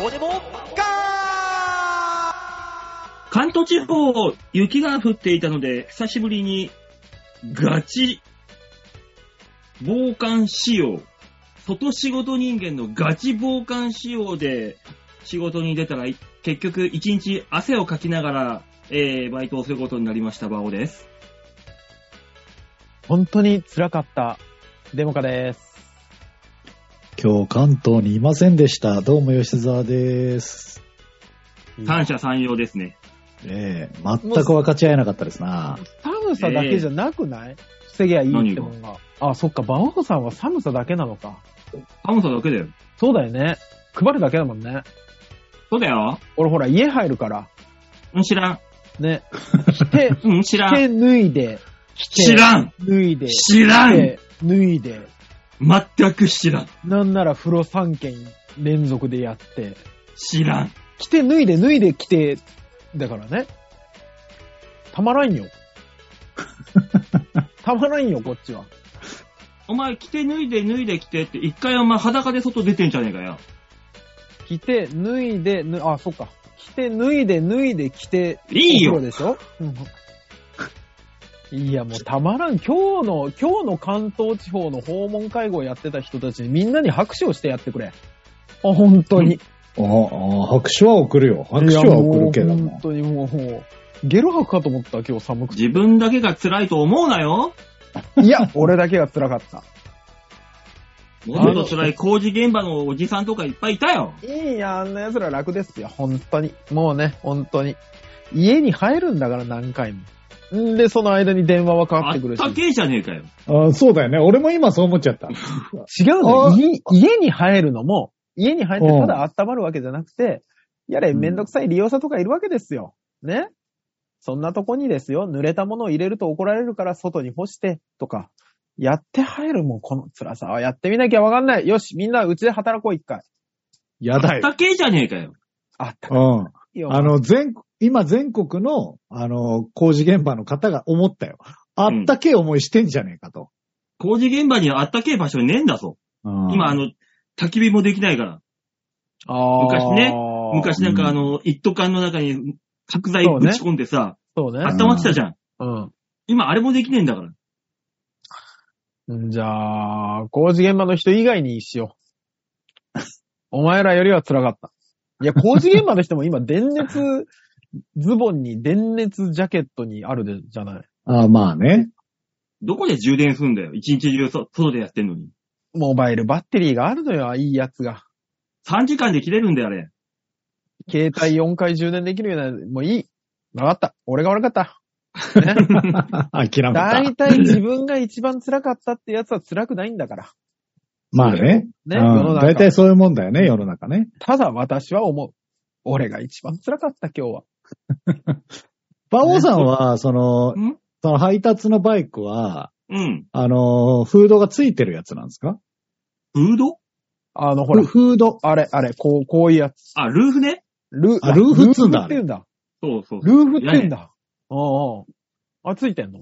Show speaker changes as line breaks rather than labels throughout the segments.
どうでもガ
関東地方、雪が降っていたので、久しぶりに、ガチ、防寒仕様、外仕事人間のガチ防寒仕様で、仕事に出たら、い結局、一日汗をかきながら、えー、バイトをすることになりました、バオです。
本当に辛かった。デモカです。
今日関東にいませんでした。どうも吉沢です。
三者三様ですね。
ええ全く分かち合えなかったですな。
寒さだけじゃなくない、防ぎゃいいってもんが。あ、そっか、バオさんは寒さだけなのか。
寒さだけだよ。
そうだよね。配るだけだもんね。
そうだよ。
俺ほら、家入るから。
うん、知らん。
ね。着て、
うん、知ら
着
ん。
て脱いで、着て、
知らん
脱いで、着
知らん
て、脱いで、
全く知らん。
なんなら風呂3件連続でやって、
知らん。
着て脱いで脱いで着て、だからね。たまらんよ。たまらんよ、こっちは。
お前、着て脱いで脱いで着てって、一回お前裸で外出てんじゃねえかよ。
着て、脱いで、ぬあ、そっか。着て、脱いで、脱いで、着て、
いいよ
お風呂でしょうんいや、もうたまらん。今日の、今日の関東地方の訪問会合やってた人たちにみんなに拍手をしてやってくれ。あ、本当に。
おお拍手は送るよ。拍手は送るけど
いやう
も
本。当にもう、ゲロ吐くかと思った、今日寒くて。
自分だけが辛いと思うなよ。
いや、俺だけが辛かった。
もっと辛い工事現場のおじさんとかいっぱいいたよ。
いいや、あんな奴ら楽ですよ、本当に。もうね、本当に。家に入るんだから何回も。んで、その間に電話はかか
あ
っ
って。
くるした
けえじゃねえかよ。
あそうだよね。俺も今そう思っちゃった。
違うの
あ
よ。い家に入るのも、家に入って
うん
ただ温まるわけじゃなくて、やれ、めんどくさい利用者とかいるわけですよ。ねそんなとこにですよ、濡れたものを入れると怒られるから外に干して、とか、やって入るもん、この辛さはやってみなきゃわかんない。よし、みんなうちで働こう、一回。
やだよ
た。けえじゃねえかよ。
あったか
うん。
いよ。
あの、全、今全国の、あの、工事現場の方が思ったよ。あったけえ思いしてんじゃねえかと。
工事現場にはあったけえ場所ねえんだぞ。
うん
今、あ、の、焚き火もできないから。
あー
昔ね、昔なんかあの、一斗缶の中に角材ぶち込んでさ、
そうね。
温まってたじゃん。
うん。
今あれもできねえんだから。
じゃあ、工事現場の人以外にしよう。 お前らよりは辛かった。いや、工事現場の人も今、電熱、ズボンに電熱ジャケットにあるで、じゃない。
あまあね。
どこで充電すんだよ。一日中そ外でやってんのに。
モバイルバッテリーがあるのよ、いいやつが。
3時間で切れるんだよ、あれ。
携帯4回充電できるような、もういい。わかった。俺が悪かった。
諦めた。
大体自分が一番辛かったってやつは辛くないんだから。
まあね。
ね、
う
世の
ん大
中。
体そういうもんだよね、世の中ね。
ただ私は思う。俺が一番辛かった、今日は。
馬王さんは、その
ん、
その配達のバイクは、
うん。
あのー、フードがついてるやつなんですか
フード
あの、ほら
フ、フード。
あれ、あれ、こう、こういうやつ。
あ、ルーフね。
ル
あルーフっつうん
ルーフ
だ
って言うんだ。
そうそうそう。
ルーフって言うんだ。ああ。あ、ついてんの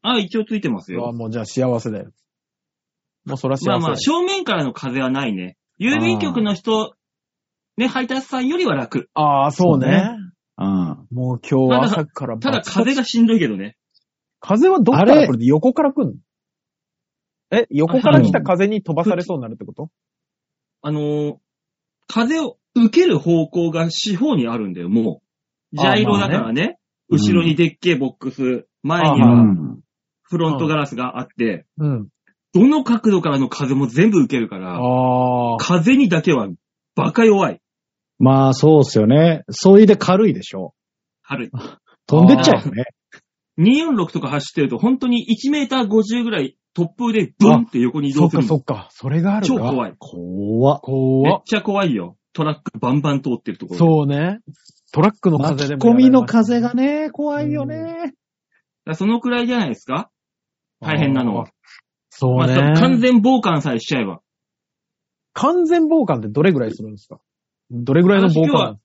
あ、一応ついてます
あ
よ。
もうじゃあ幸せだよ。もうそら幸せだ
まあ
よ。
まあ、正面からの風はないね。郵便局の人、ね、配達さんよりは楽。
ああ、そうね
そうねうん。
もう今日は朝から
ただ
バチバチ
風がしんどいけどね。
風はどっから
あれ
来る横から来んのえ、横から来た風に飛ばされそうになるってこと
あのー風を受ける方向が四方にあるんだよ、もう。ジャイロだからね。
うん
後ろにでっけえボックス、前に
あ
は
うん
フロントガラスがあって、
うん。
どの角度からの風も全部受けるから、
ああ。
風にだけはバカ弱い。
まあ、そうっすよね。そいで軽いでしょ。
春。
飛んでっちゃうよね。
246とか走ってると本当に1メーター50ぐらい突風でブンって横に移
そ
動
っ
する
か
の
そっか。それがあるか。
超怖い。
怖
めっ
っ。
怖っ。
ちゃ怖いよ。トラックバンバン通ってるところ。う。
そうね。トラックの風
巻き
でも
込
やられました。
みの風がね、怖いよね。
そのくらいじゃないですか大変なのは
あー。そうね。
まあ完全防寒さえしちゃえば。
完全防寒ってどれぐらいするんですかどれぐらいの防
私今日は
寒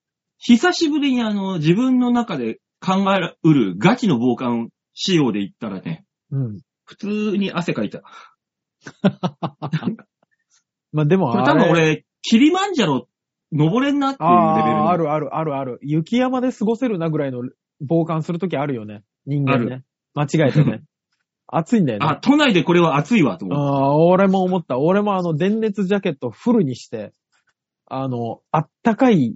久しぶりにあの、自分の中で考えうるガチの防寒仕様で言ったらね、
うん。
普通に汗かいた。
まあ、でも
これ
あ
多分
れ、
俺、キリマンジャロ登れんなっていうレベル
あ
の。
あ、あるあるあるある。雪山で過ごせるなぐらいの傍観するときあるよね。人間ね。間違えて ね。暑いんだよね。
あ、都内でこれは暑いわ、と思っ
ああー、俺も思った。俺もあの、電熱ジャケットフルにして、あの、あったかい、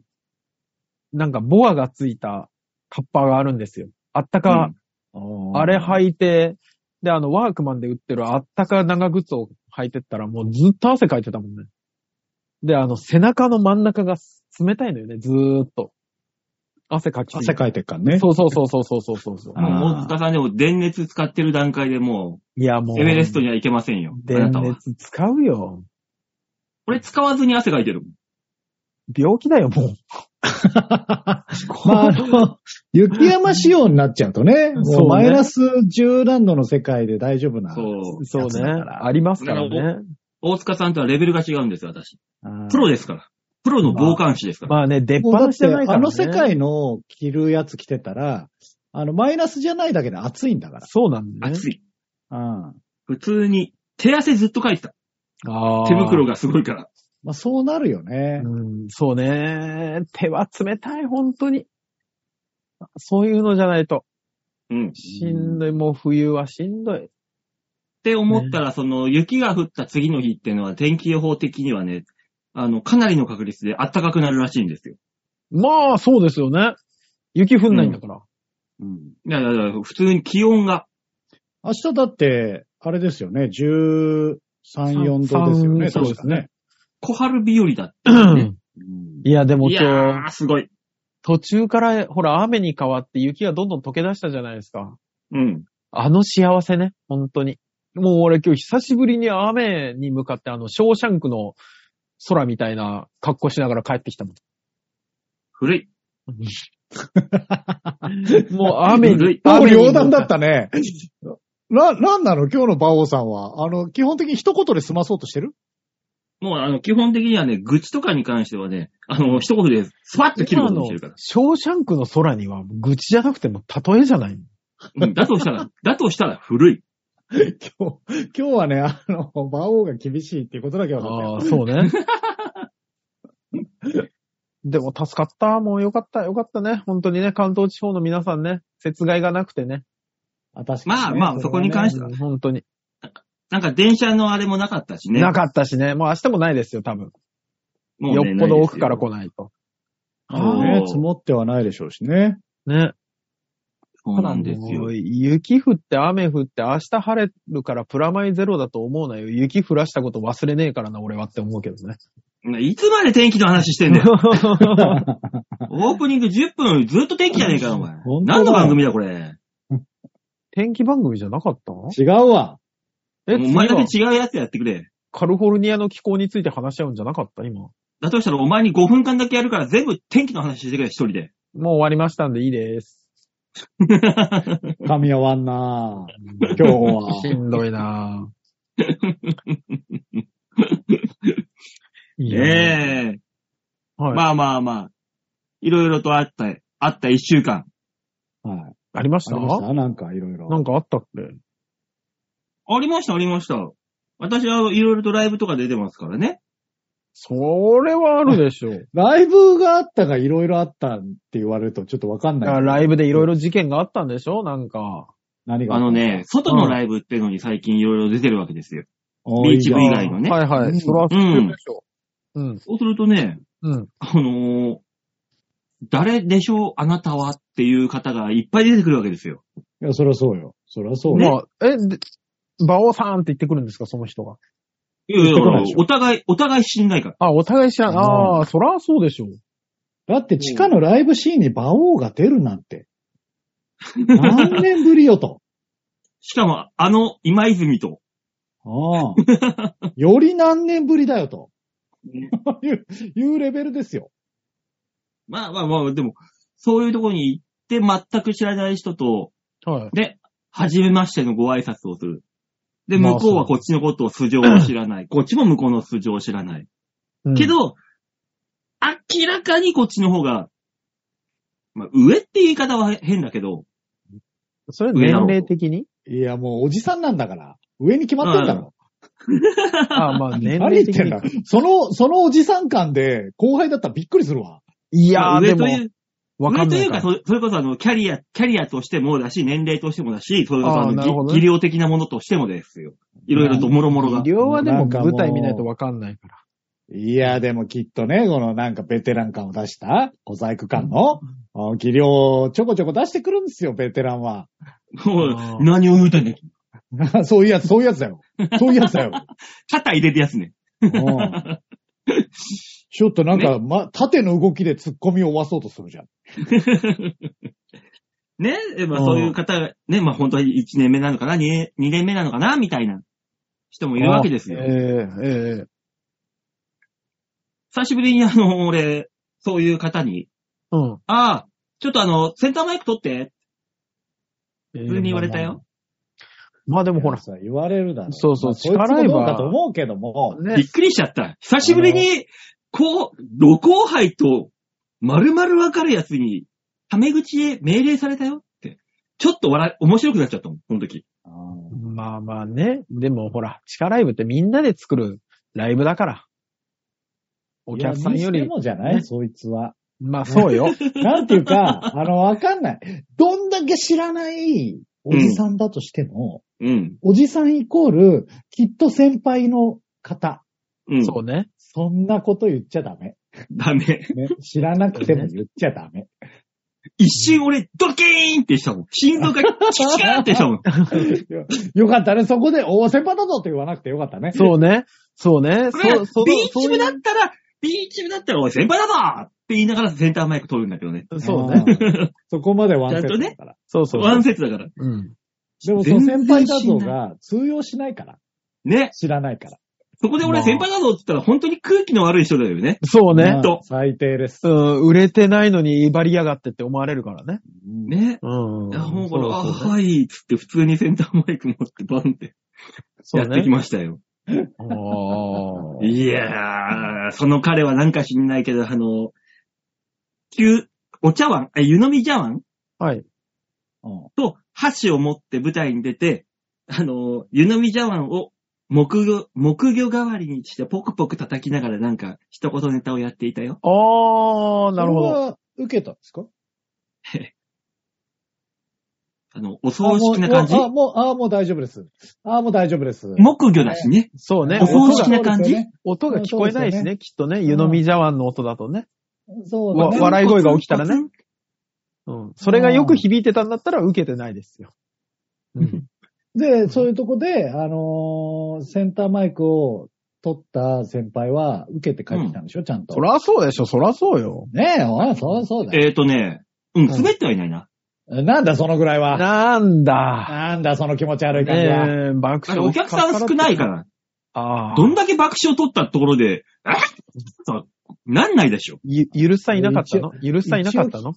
なんかボアがついたカッパーがあるんですよ。あっ
た。
たか、あれ履いて、で、あの、ワークマンで売ってるあったか長靴を履いてったら、もうずっと汗かいてたもんね。で、あの、背中の真ん中が冷たいのよね、ずーっと。汗かきすぎて。
汗かいてっからね。
そうそうそうそうそうそうそうそう。
うんもう、大塚さんでも電熱使ってる段階でも
いや、も
う、
う。
エベレストには行けませんよ。あな
電
たは。
熱使うよ。
俺使わずに汗かいてるもん。
病気だよ、もう。
まあ、あの、雪山仕様になっちゃうとね、
そう
も
ね
うマイナス10何度の世界で大丈夫な。
そう。
そう
やつ
ね
だから。
ありますからね。
大塚さんとはレベルが違うんですよ、私。プロ
で
ですから。プロの傍観視ですから。
まあね、出っ
もうだ
放
っ
しじ
て、
ゃないか
あ
らね。
の世界の着るやつ着てたら、あの、マイナスじゃないだけで暑いんだから。
そうなんだね。
暑い。
うん。
普通に、手汗ずっとかいてた。
あー
手袋がすごいから。
まあ、そうなるよね。
うん、そうね。手は冷たい、本当に。そういうのじゃないと。
うん。っ
しんどい、もう冬はしんどい。
て思ったら、その、雪が降った次の日っていうのは、天気予報的にはね、あの、かなりの確率で暖かくなるらしいんですよ。
まあ、そうですよね。雪降んないんだから。
うん
いやいやいや、普通に気温が、
明日だって、あれですよね、13、4度ですよね、
13そうですね
小春日和だっ
うん
確かね。
いや、で
た。
も
い
今日
や、ー、すごい。
途中から、ほら、雨に変わって雪がどんどん溶け出したじゃないですか。
うん。
あの幸せね、本当に。もう俺今日久しぶりに雨に向かって、あの、ショーシャンクの空みたいな格好しながら帰ってきた もん。
古い。
もう雨
古
に
い。
もう
雨に
両断だった ね。な、なんなの今日の馬王さんは。あの、基本的に一言で済まそうとしてる
もう、あの、基本的にはね、愚痴とかに関してはね、あの、一言で、スパッと切るこ
今
とに
の
してるから、。
ショーシャンクの空には、愚痴じゃなくても、例えじゃない。
うん、だとしたら、だとしたら古い。
今日、今日はね、あの、馬王が厳しいっていうことだけは分かったよ
ああ、そうね。 でも助かった。もうよかった。よかったね。本当にね、関東地方の皆さんね、雪害がなくてね。
あ確かにね
まあまあ、そこに関しては
う。ん本当に。
なんか電車のあれもなかったしね。
なかったしね。もう明日もないですよ、多分。
もう
よ
ね
っぽど奥から
ないですよ
来ないと。
そう
あ
ね
ー
積もってはないでしょうしね。
ね。
そうなんです
も
よ
う。雪降って雨降って明日晴れるからプラマイゼロだと思うなよ。雪降らしたこと忘れねえからな、俺はって思うけど ね。
いつまで天気の話してんだ よ。オープニング10分ずっと天気じゃねえかよ、お前
本。当だ
何の番組だ、これ。
天気番組じゃなかった
違うわ。
え、
もうお
次
前だ
は
け違うやつやってくれ。
カリフォルニアの気候について話し合うんじゃなかった今。
だとしたらお前に5分間だけやるから全部天気の話してくれ、一人で。
もう終わりましたんでいいです。
噛み合わんな ぁ今日は。
しんどいなぁ。いや
ねえ。
はい。
まあまあまあ。いろいろとあった、あった1週間。
はい。
ありまし
あ
た
りましたなんかいろいろ。
なんかあったっけ
ありました、ありました。私はいろいろとライブとか出てますからね。
それはあるでしょう。
ライブがあったがいろいろあったって言われるとちょっとわかん
だから
ない。
ライブでいろいろ事件があったんでしょなんか。
何が
あのね、、外のライブっていうのに最近いろいろ出てるわけですよ。
おー
ビーチ部以外の。ね。
はいは
う
い。
ん
それは知ってるでしょう。うん。
そうするとね、
うん。
あのー誰でしょうあなたはっていう方がいっぱい出てくるわけですよ。
いや、そりゃそうよ。そりゃそうよ。
まあ、え、で馬王さんって言ってくるんですかその人が。
いやいやだか
そう
ら
でしょ
お互い、お互い知んないから。
あ、お互い知らん。
あ
ああー、そらそうでしょう。
だって地下のライブシーンに馬王が出るな んて。何年ぶりよと。
しかも、あの、今泉と。
あ あ。より何年ぶりだよと。いう、いうレベルですよ。
まあまあまあ、でも、そういうところに行って全く知らない人と、
はい。
で、初めましてのご挨拶をする。で、
まあ
向こうはこっちのことを素性を知らない。こっちも向こうの素性を知らない。
うん
け、ど、明らかにこっちの方が、まあ、上って言い方は変だけど、
それ年齢的に
いや、もうおじさんなんだから。上に決まってんだろ。
あまあ、年
何言
齢
っ
的
てん
に
だ。その、そのおじさん感で、後輩だったらびっくりするわ。
い
ま
や
あ
ー、で
上
も
と、いう、
わか
上
ん
と
ないいうか
か、
ら。
そそれこそあの、キャリア、キャリアとしてもだし、年齢としてもだし、それこそあ
あーなるほ
の、
ど
技
ね
技量的なものとしてもですよ。いろいろともろもろが。
量はで
な
も
んかもう
舞台見ないとわかんないから。
いや、でもきっとね、このなんかベテラン感を出した、小細工感の、あ技量をちょこちょこ出してくるんですよ、ベテランは。
もう、何を言うてんねん。
そういうやつ、そういうやつだよ。そういうやつだよ。
肩入れてやつね。
うんちょっとなんか、ま、縦の動きで突っ込みを追わそうとするじゃん。
ね、まあそういう方が、ね、まあ本当に1年目なのかな、2年二年目なのかな、みたいな人もいるわけです
え
よ。
えええ
久しぶりにあの、俺、そういう方に、
うん。
ああ、ちょっとあの、センターマイク取って、
普
普通に言われたよ。。
まあでもほら、
さ、言われるだろ。
そうそう
まあいつも
力いわ
どうかと思うけども、
ね
びっくりしちゃった。久しぶりに、こう、露光杯と、丸々わかるやつに、タメ口へ命令されたよって。ちょっと笑い、面白くなっちゃったもん、その時。
うん
まあまあね。でもほら、地下ライブってみんなで作るライブだから。お客さんよ
いやにして
り、
もじゃない、
ね
そいつは。
まあそ うよ。
なんていう か、あの、わかんない。どんだけ知らないおじさんだとしても、
うん。
おじさんイコール、きっと先輩の方。
うん。
そうね。
そんなこと言っちゃダメ。
ダメ。
ね、知らなくても言っちゃダメ。
一瞬俺、ドキーンってしたもん。心臓がチキチカーンってし たもん。
よかったね。そこで、おー、先輩だぞって言わなくてよかったね。
そうね。そうね。
これ
そう、そう、
ビーチ部
そう
だったら、ビーチ部だったら、おい、先輩だぞって言いながらセンターマイク取るんだけどね。
いうそうね。
うん。そこまでワンセットだから。
そうそう
ワ
そう
ン。セットだから。
うん。
でもその先輩だぞが通用しないから。
ね。
知らないから。
そこで
ま
俺
あ
先輩だぞって言ったら、本当に空気の悪い人だよね。
そう
う
ね
ん。
と
最低です。
うん、売れてないのに威張りやがってって思われるからね。
ね。
ね。
うん。
いや、もうこれ、あ、
そう
はい、っつって普通にセンターマイク持ってバンって
そ
や
う
ってき
ね。
ましたよ。
おー
いやー、その彼はなんか知んないけど、あの、急、お茶碗、え湯飲み茶碗
はい。
うん
と箸を持って舞台に出て、あの、湯飲み茶碗を木魚、木魚代わりにしてポクポク叩きながらなんか一言ネタをやっていたよ。
あー、なるほ
それ
ど。
は受けたんですか
あの、お葬式な感じ
あ、もう、あ、もうあもう大丈夫です。あ、もう大丈夫です。
木魚だしね。
そうね。
お葬
音
式
が
な感じ
そうですよね
音が聞こえないし
そうですよ
ね、きっとね。湯飲み茶碗の音だとね。
そう
わ
だね。
笑い声が起きたらね。うん。それがよく響いてたんだったら受けてないですよ。うん。
で、そういうとこで、あのーセンターマイクを取った先輩は受けて帰ってきたんでしょ、ちゃんと。
そらそうでしょ、そらそうよ。
ねえ、おい、そうそうだよ。
えーとね、うん、滑ってはいないな。
なんだ、そのぐらいは。
なんだ。
なんだ、その気持ち悪い感じは。
ねえ、爆
あ
笑。
のお客さん少ないから。
ああ。
どんだけ爆笑取ったところで、えとなんないでしょ。
ゆ、ゆるさんいなかったのゆるさんいなかったの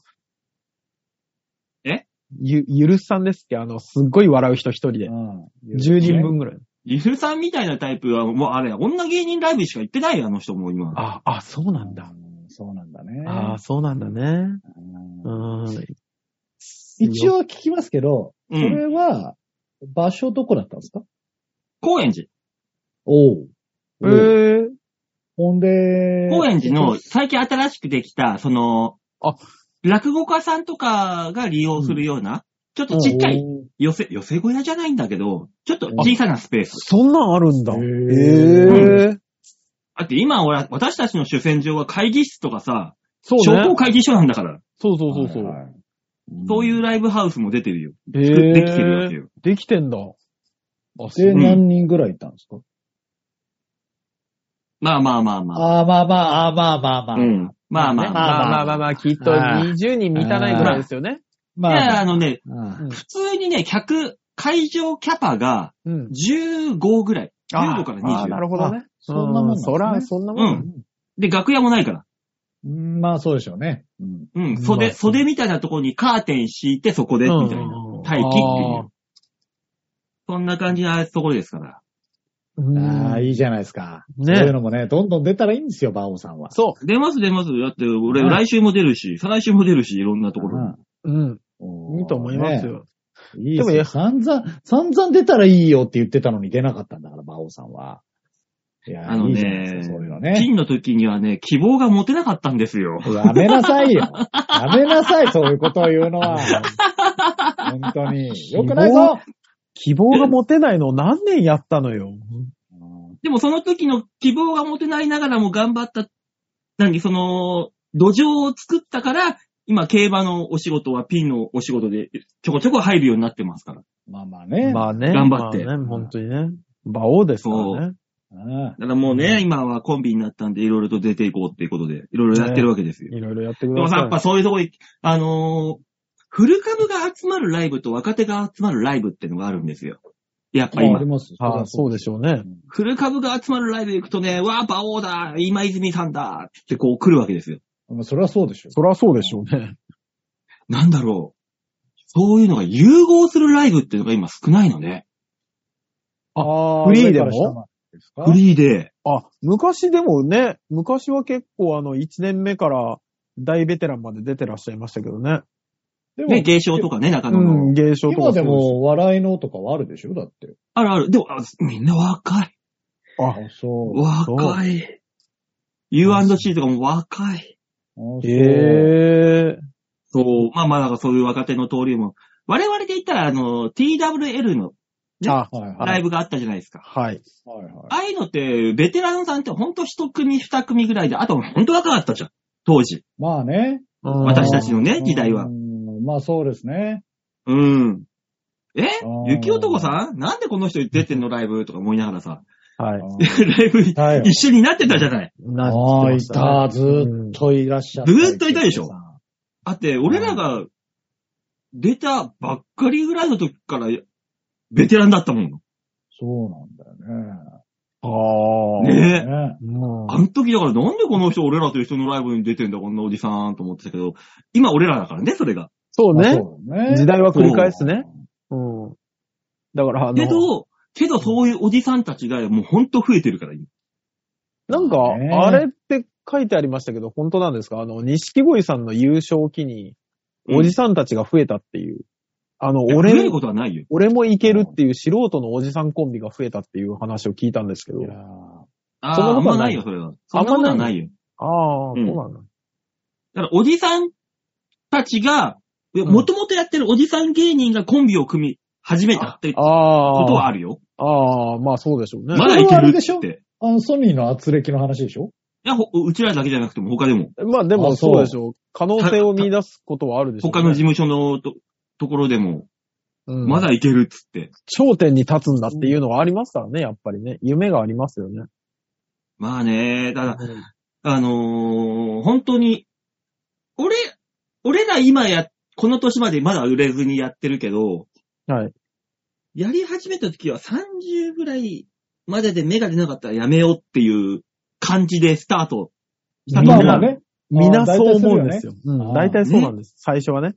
え
ゆ、ゆるさんですって、あの、すっごい笑う人一人で
う。ん
10人。分ぐらい。
リフさんみたいなタイプは、もうあれ、女芸人ライブしか行ってないよ、あの人も今。
あ、あ、そうなんだ。
うそうなんだね。
ああ、そうなんだね。
うん
うん。
一応聞きますけど、
う
そ
ん。
れは、場所どこだったんですか
高円寺。
おう。
えー、
ほんで、
高円寺の最近新しくできた、その、
あ
落語家さんとかが利用するような、ちょっとちっちゃい、寄せ、寄せ小屋じゃないんだけど、ちょっと小さなスペース。
そんなんあるんだ。
へ
え
ー
え。
だって今、俺私たちの主戦場は会議室とかさ、
そう
商工
ね。
会議所なんだから、
そうそ
お
う
う。。
そうそう。
そういううライブハウスも出てるよ。
え
作ってきてるよって
え
いう。
できてんだ。あ、す
で、
ごい。
何人ぐらいいたんですか
まあまあまあまあ。
あーまあまあ、あーまあまあまあ。
うん。まあまあまあ。
まあまあまあまあ、きっと20人満たないぐらいですよね。
い
ま
やいや
あ
あのね、
まあ。
うん
普通にね、客、会場キャパが
うん。
15ぐらい。15から
ああ、
20
な。るほどね。
そんなもんなん
う
ですね
そら、そんなもんなんだ
で、楽屋もないから。
うんまあそうでしょうね。うん
うん。
まあ
袖、
そう
袖みたいなところにカーテン敷いて、そこで、みたいな。
うん
待機っていう。そんな感じのところですから。
ああ、
い
いいじゃないですか。
ね
そういうのもね、どんどん出たらいいんですよ、馬王さんは。
そ
出ます出ます。だって、俺、
うん
来週も出るし、再来週も出るし、いろんなところ。
う。うん。
うん
いいと思います。よ。
ねいい
でも
で
や
す散々、散々出たらいいよって言ってたのに出なかったんだから、馬馬王さんは。いや、
あのね
いいじゃないですか、そういうのね。
ピンの時にはね、希望が持てなかったんですよ。
やめなさいよ。やめなさい、そういうことを言うのは。本当に。よくないぞ
希望が持てないのを何年やったのよ。
でもその時の希望が持てないながらも頑張った、何、その、土壌を作ったから、今、競馬のお仕事はピンのお仕事でちょこちょこ入るようになってますから。
まあまあね。
まあね。
頑張って
まあね、本当にね。馬王ですからね。
うん
だからもうね、今はコンビになったんで、いろいろと出ていこうっていうことで、いろいろやってるわけですよ。
いろいろやってく
でも
だ
さ、
さ
やっぱ
い。
そういうとこ行き、あのー古株が集まるライブと若手が集まるライブってのがあるんですよ。やっぱ
まああ
今
り。ます。
ああ、そうでしょうね。
古株が集まるライブ行くとね、わあ、馬王だ今泉さんだってこう来るわけですよ。
まあそれはそうでしょ。
そりゃそうでしょうね。
なんだろう。そういうのが融合するライブっていうのが今少ないのね。
あ
フ
フ
リ
リ
ー
ー
で
で
も
も
ですか
フリーで。
あ、昔でもね、昔は結構あの、1年目から大ベテランまで出てらっしゃいましたけどね。
でも
ね、芸商とかね、中
う
野の。
ん、芸商と
今
かそ
で
うす
も笑いのとかはあるでしょだって。
あるある。でも、あみんな若い。
あ、そう。
若い。U&C とかも若い。
あ
ええ
そう、まあまあ、なんかそういう若手の登竜も。我々で言ったら、あの、TWL の
ー。あ、
そう。はいはい。
ライブがあったじゃないですか。
はい。
はいは
ああいうのって、ベテランさんってほんと一組二組ぐらいで、あとほんと若かったじゃん。当時。
い。まあね。
私たちのね、時代
う
は。
ん。まあそうですね。
うん。え雪男
ん
さんなんでこの人出てんのライブとか思いながらさ。
はい。
ライブに
はい
一緒になってたじゃない。
な
ああ、
って
い
ましたね
た、ずーっといらっしゃった。
ずーっといたでしょだって、俺らが出たばっかりぐらいの時から、ベテランだったもん。
そうなんだよ
ああ。
ねえ。
ね。ね
うん
あの時だからなんでこの人俺らと一緒のライブに出てんだこんなおじさんと思ってたけど、今俺らだからね、それが。
そう
まあ
ね。
そうだね。
時代は繰り返すね。うん。だから、あ
け
の、
ど、けどそういうおじさんたちがもうほんと増えてるから今。
なんか、
ね
あれって書いてありましたけど、本当なんですかあの、錦鯉さんの優勝を機に、おじ
さ
さんたちが増えたっていう。あの、
俺増え
俺
る、ことはないよ。
俺もいけるっていう素人のおじさんコンビが増えたっていう話を聞いたんですけど
い。やー
あ
そん
あ、
な
あ
こ
ん
と
ま
は
な
ない
いよ、それは。そ
あ
ん
ん
なこ
ま
とは
ない
ないよ。
ああ、そ
う
う
ん
なんだ。
だからおじさんたちが、
ん
もともとやってるおじさん芸人がコンビを組み始めたっていうこ
ああ。
とはあ
る。
るよ。
ああ、まあそうでしょうね。
まだいけ
あ
る
れ
っ
でしょ
て。
あの、ソニーの圧力の話でしょ
いや、ほうちらだけじゃなくても他でも。
まあで
あ
も
そう
そうでしょう。可能性を見出すことはあるでしょうね。
他の事務所のとところでも、
うん
まだいけるっつって。
頂点に立つんだっていうのはありますからね、やっぱりね。夢がありますよね。
まあね、ただ、あのー本当に、俺、俺ら今や、この年までまだ売れずにやってるけど、
はい。
やり始めた時は30ぐらいまでで目が出なかったらやめようっていう感じでスタートしたと
ま
思
あ
う。
まあね。
みんなそう思うんですよ。うん
あー
大体そうなんです。最初はね。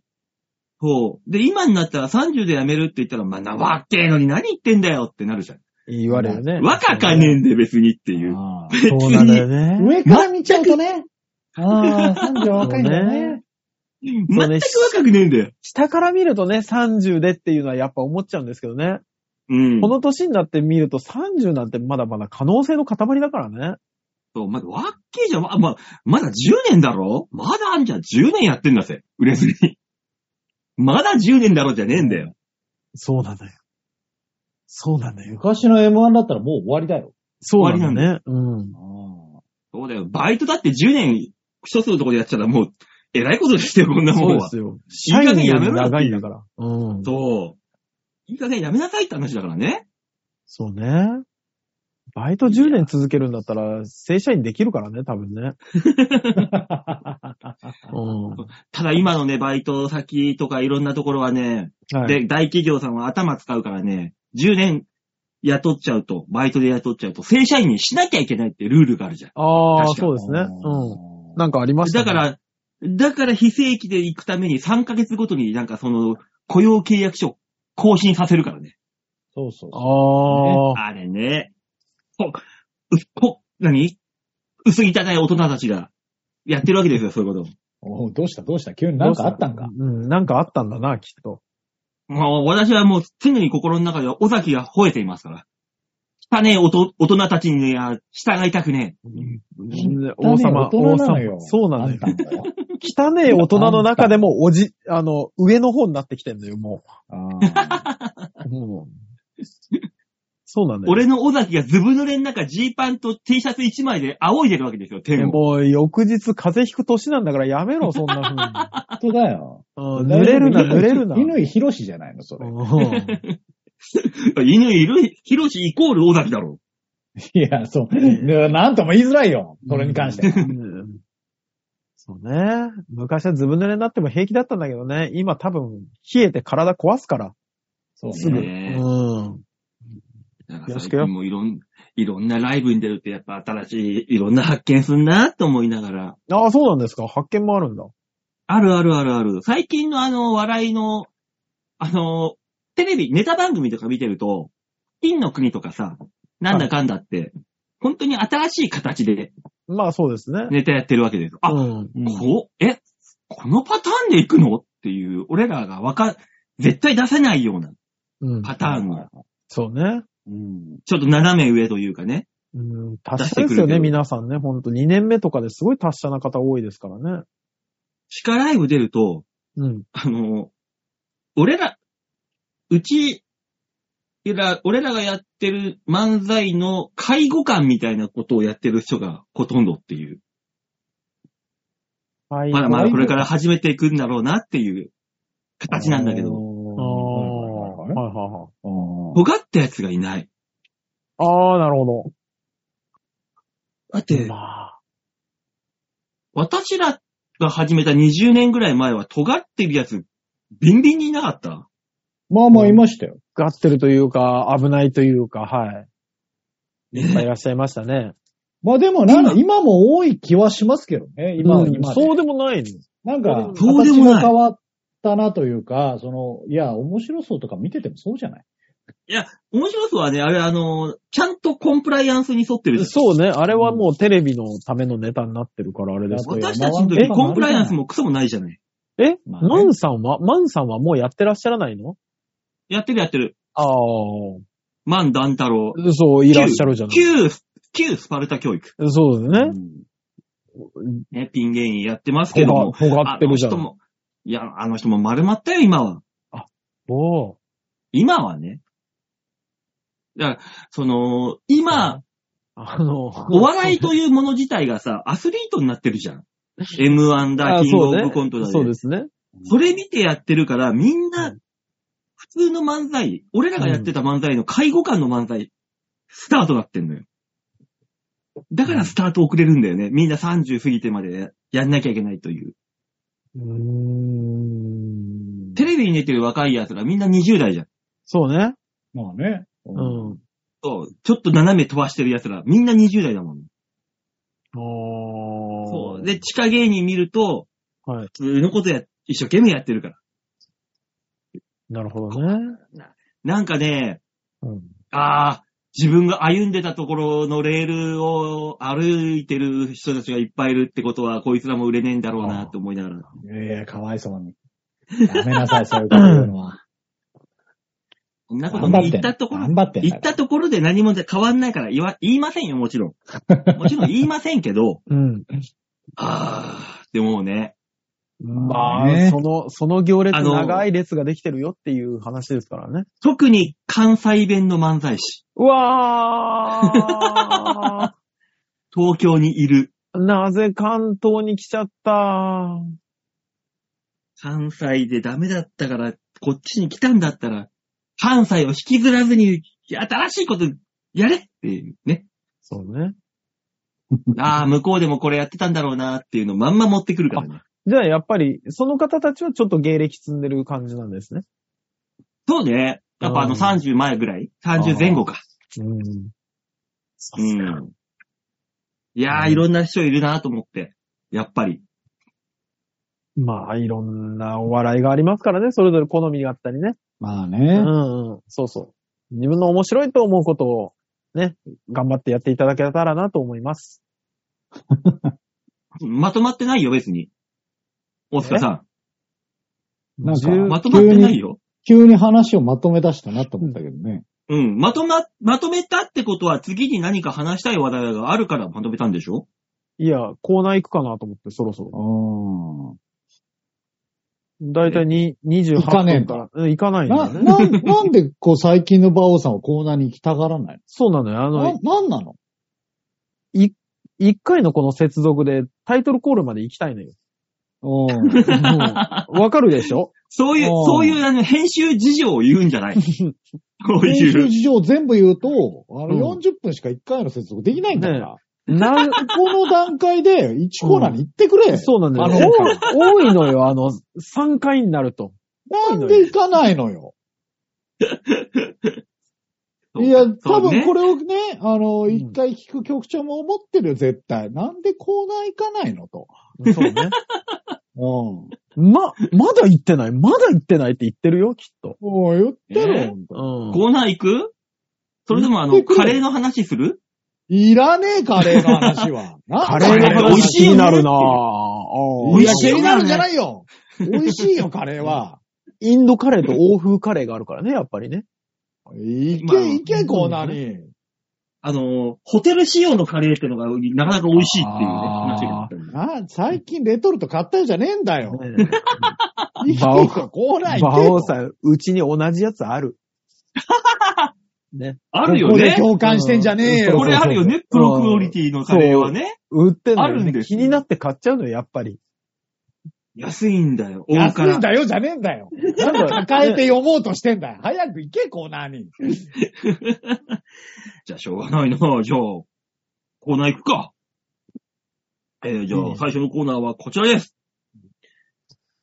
そう。で、今になったら30でやめるって言ったら、まあ、なわっけえのに何言ってんだよってなるじゃん。
言われるね。
若かねえんで別にっていう。
あー
別
そうなんだ
に、
よね。
上から見ちゃうとね。ああ、三条若いんだよね。
全く若くねえんだよ。
下から見るとね、30でっていうのはやっぱ思っちゃうんですけどね。
うん。
この年になって見ると30なんてまだまだ可能性の塊だからね。
そう、まだ、わっけえじゃん。ま、ま、まだ10年だろまだあんじゃん。10年やってんだぜ。売れずに。まだ10年だろじゃねえんだよ。
そうなんだよ。そうなんだよ。
昔の M1 だったらもう終わりだよ。
そう
終わ
なん
り
だね。うん。
あ
そうだよ。バイトだって10年、一つのところでやっちゃったらもう、えらいことしてよ、こんな
そ
もん
うで
は。
すよ。
いい加減やめろよって
長
い
い
うん
だから。うん。
そう。いい加減やめなさいって話だからね。
そうね。バイト10年続けるんだったら、正社員できるからね、多分 ね。うん。
ただ今のね、バイト先とかいろんなところはね、
はい、
で、大企業さんは頭使うからね、10年雇っちゃうと、バイトで雇っちゃうと、正社員にしなきゃいけないってルールがあるじゃん。
ああ、
確か
そうですね。うん。なんかありました、
だか、ら、だから非正規で行くために3ヶ月ごとになんかその雇用契約書更新させるからね。
そうそうそう。
ああ、
あれね。こ、うこ、何薄汚い大人たちがやってるわけですよ、そういうこと。
おうどうしたどうした急になんかあったんか。
うん、なんかあったんだな、きっと。
もう私はもう常に心の中では尾崎が吠えていますから。汚ねえおと大人たちには従いたくね
うん王様、
大人
王
なのよ
様。。そうなのよ。
あんたも
汚ねえ大人の中でも、おじ、あの、上の方になってきてんのよ、も
あ
う。もうそうなの
え。
よ。
俺の尾崎がずぶ濡れの中、ジーパンと T シャツ1枚で仰いでるわけですよ、手を。
もう、翌日風邪ひく年なんだからやめろ、そん な
ー本当だよ。
風に。うん濡れるな、濡れるな。
犬井博士じゃないの、それ。
うん
犬いる、ヒロシイコール尾崎だろ。
いや、そう。ねなんとも言いづらいよ。これに関しては。
うんそうね。昔はずぶ濡れになっても平気だったんだけどね。今多分、冷えて体壊すから。
そう
すぐ。う
ねえ
ん。
だか
よ
ら
ろし
最
くよ
近もいろん、いろんなライブに出るとやっぱ新しい、いろんな発見すんなと思いながら。
ああ、そうなんですか。発見もあるんだ。
あるあるあるある。最近のあの、笑いの、あの、テレビ、ネタ番組とか見てると、金の国とかさ、なんだかんだって、本当に新しい形で
まあそうですね。
ネタやってるわけですよ。あ、
うん。
うん
こう、え、このパターンで行くのっていう、俺らがわか、絶対出せないような
うん。
パターンが、
そうね。
うん。
ちょっと斜め上というかね。
うん。達者ですよ
出してくるけ
ね、
ど
皆さんね。ほんと、2年目とかですごい達者な方多いですからね。
地下ライブ出ると、
うん。
あの、俺ら、うちら、俺らがやってる漫才の介護官みたいなことをやってる人がほとんどっていう。
はい。
まだまだこれから始めていくんだろうなっていう形なんだけど、
ああ。はい
あ
はいはい。
ー。
尖ったやつがいない。
ああ、なるほ
だっ
ど。
て、
まあ。
私らが始めた20年ぐらい前は尖ってるやつ、ビンビンにいなかった。
まあまあ、いましたよ。
がってるというか、危ないというか、はい。いっぱい
ね
いらっしゃいましたね。
まあでも、なんか今も多い気はしますけどね。今は
うん
今で。
そうでもないの。
なんか、
そうでもない
形が変わったなというか、その、いや、面白そうとか見ててもそうじゃない
面白そうはね、あれあの、ちゃんとコンプライアンスに沿ってるじゃん
そうね。あれはもうテレビのためのネタになってるから、あれですけど。
私たちの時コンプライアンスもクソもないじゃない。
え、
まあね
マンさんは、マンさんはもうやってらっしゃらないの
やってるやってる。
ああ。
万段太郎。
そう、いらっしゃるじゃない。
旧、旧スパルタ教育。
そうですね。
ね、ピン芸人やってますけど
尖
も。
尖ってるじゃ
あの人
ん。
も、いや、あの人も丸まったよ、今は。
おー
今はね。だから、その、今、
あの、
お笑いというもの自体がさ、アスリートになってるじゃん。M1 だ、
あ
キング
そう
オ
ね
ブコントだ
そう
で。
ですね。
それ見てやってるから、みんな
う、
普通の漫才、俺らがやってた漫才の介護官の漫才、スタートだってんのよ。だからスタート遅れるんだよね。みんな30過ぎてまでやんなきゃいけないという。
うーん。
テレビに出てる若い奴らみんな20代じゃん。
そうね。
まあね。
う。
う
ん。
そうちょっと斜め飛ばしてる奴らみんな20代だもん。
おー
そう。で、地下芸人見ると、
はい。
普通のことや、一生懸命やってるから。
なるほどね。
なんかね、
うん。
ああ、自分が歩んでたところのレールを歩いてる人たちがいっぱいいるってことは、こいつらも売れねえんだろうなって思いながら。
いやいや、かわいそうに。やめなさい、そういうこと言うのは。
そんなこと
頑張
ね
って
言
ん
っ
だ。
たところ
頑、張ってんだ
言ったところで何も変わんないから言わ、言いませんよ、もちろん。もちろん言いませんけど、
うん。
ああ、でもね、
まあ、
ね
その、その行列、
あの
長い列ができてるよっていう話ですからね。
特に関西弁の漫才師、
うわ
東京にいる
ー なぜ関東に来ちゃった
関西でダメだったから、こっちに来たんだったら、関西を引きずらずに、新しいことやれっていうね。
そうね。
ああ、向こうでもこれやってたんだろうなっていうのをまんま持ってくるからね。
じゃあやっぱり、その方たちはちょっと芸歴積んでる感じなんですね。
そうね。やっぱあ
うん
の30前ぐらい ?30 前後か。
うん。さ
う
すが。
ん。いや
う
ー、
ん
いろんな人いるなと思って。やっぱり。
まあ、いろんなお笑いがありますからね。それぞれ好みがあったりね。
まあ
う
ね。
ん、うん。そうそう。自分の面白いと思うことを、ね、頑張ってやっていただけたらなと思います。
まとまってないよ、別に。大塚さ
なん
十
ん。
か
まとまってないよ。
急に話をまとめ出したなと思ったけどね。
うん。まとま、まとめたってことは次に何か話したい話題があるからまとめたんでしょ
いや、コーナー行くかなと思って、そろそろ。
うん。
だいたいに28
行かねえん
分
だ
から。うん行かないん
な、
だね。
な、 なんで、こう、最近の馬王さんはコーナーに行きたがらない
そうなのよ。あ
の
の
な、、なん なの
一回のこの接続でタイトルコールまで行きた いのよ。
うん。
うんわかるでしょ
そういう、
おー
そういうあの編集事情を言うんじゃない そう
練
い
習
う。
事情全部言うと、あ
うん
の、40分しか1回の接続できないんだから。
なん、
この段階で1コーナーに行ってくれ。
そうなんだ
あの
よ。多い多いのよ、あの、3回になると。
なんで行かないのよ。いや、多分こ
れ。
れをね、あの、
ん
一回聞く局長も思ってるよ、絶対。なんでコーナー行かないのと。
そうね。
うん。
ま、まだ行ってない、まだ行ってないって言ってるよ、きっと。
もう言って
え
る
ー
ほんと
うん。
コーナー行くそれともあ
行
の、
ってくれ
カレーの話する
いらねえ、カレーの話は。な
カレーの
カレー美
話
味しい
気
よ
に
ね
なるなぁ。
美
い
味
や、
しい
気
よね
になるんじゃないよ。美味しいよ、カレーは。
インドカレーと欧風カレーがあるからね、やっぱ りね。
行
まあ
け、行け、コーナーに。
あの、ホテル仕様のカレーってのがなかなか美味しいっていうね、
あー
話があったんだ。
な、最近レトルト買ったよじゃねえんだ よ。
ね
行けと、コーナー行
馬
けと。
王さん、うちに同じやつ ある。ね。
あるよ
ここで
ね。
共感してんじゃねえ
うん
よ。
これあるよね、プロクオリティのカレーはね。
売ってんのよね
あるんです
気
よ
になって買っちゃうのよ、やっぱり。
安いんだよ、大
安
から
いん。だよじゃねえんだよ。
なんだ
抱えて読もうとしてんだよ。早く行け、コーナーに。
じゃあ、しょうがないな。じゃあ、コーナー行くか。えー、じゃ
う
あ、
ん
最初のコーナーはこちらです。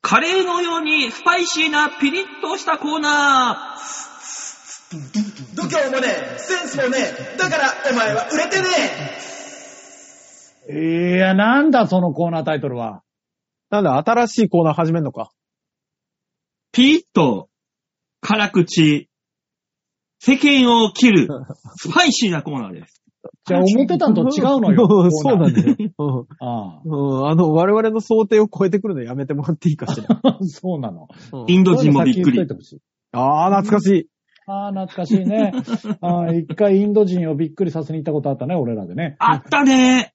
カレーのようにスパイシーなピリッとしたコーナー
度胸もねえ、センスもねえ、だからお前は売れてね
いや、なんだ、そのコーナータイトルは。
なんだ、新しいコーナー始めんのか。
ピリッと、辛口、世間を切る、スパイシーなコーナーです。
じゃあ、思ってたんと違うの
う
よ。
んそうなんだよ。うん
あ
うんあの、我々の想定を超えてくるのやめてもらっていいかしら。
あ そうなの。
うん
インド人もびっく
そういうの先言
り
っといて。ほしい
ああ、懐かしい。
ああ、懐かしいね。ああ一回インド人をびっくりさせに行ったことあったね、俺らでね。
あったね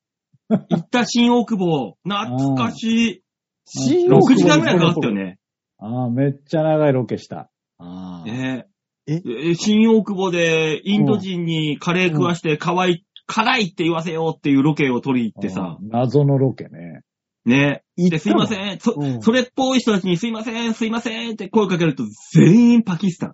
行った新大久保。懐かしい。
新
う
6
大久
ん
保
時間ぐらいかかったよね。
ああ、めっちゃ長いロケした。ああ。
ね
え
え、新大久保でインド人にカレー食わして、かわい、辛いって言わせようっていうロケを取り行ってさ
う、ん謎のロケね。
ね。
行
で、
っ
す
た
い
の
ません、そ、
うん
それっぽい人たちにすいません、すいませんって声かけると全員パキスタン。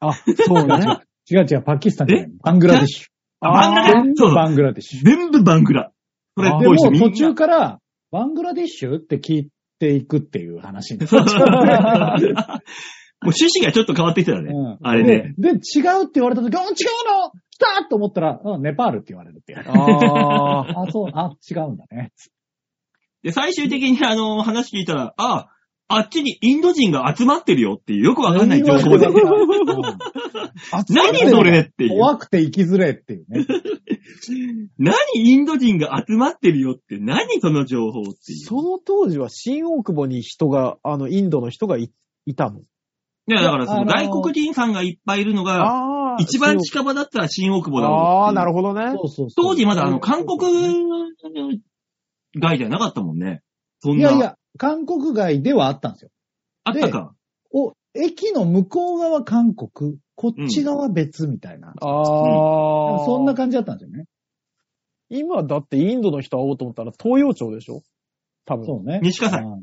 あ、そうね。
違う違う、パキスタンじゃない。バングラデシ
あバングラ
ュ。
そう
バングラデシュ。
全部バングラ。それっ
で
ぽ
も
い人みんな。
途中から、バングラデシュって聞いていくっていう 話になっち
そうもう
ゃう。
趣旨がちょっと変わってきてたね。
うん
あれね。
で。で、違うって言われた時、うん、違うの来たと思ったら、うん、ネパールって言われるっていう。
ああ。
あ、そう、あ、違うんだね。
で、最終的にあの、話聞いたら、ああ、あっちにインド人が集まってるよっていう、よくわかんない情報で。 何それっていう。
怖くて生きづれっていうね。
何インド人が集まってるよって、何その情報っていう。
その当時は新大久保に人が、あの、インドの人がいいたもん。
いや、だからその
あのー
外国人さんがいっぱいいるのが、
ああ。
一番近場だったら新大久保だろうっていう。
ああ、なるほどね。
そうそうそう。
当時まだあの、韓国外じゃなかったもんね。そん
い
な。
やいや、韓国外ではあったんですよ。
あったか。
お、駅の向こう側韓国、こっち側別みたいな。
ああ。
そんな感じだったんですよね。
今だってインドの人会おうと思ったら東洋町でしょ多分。
そうね。
西葛西
うん。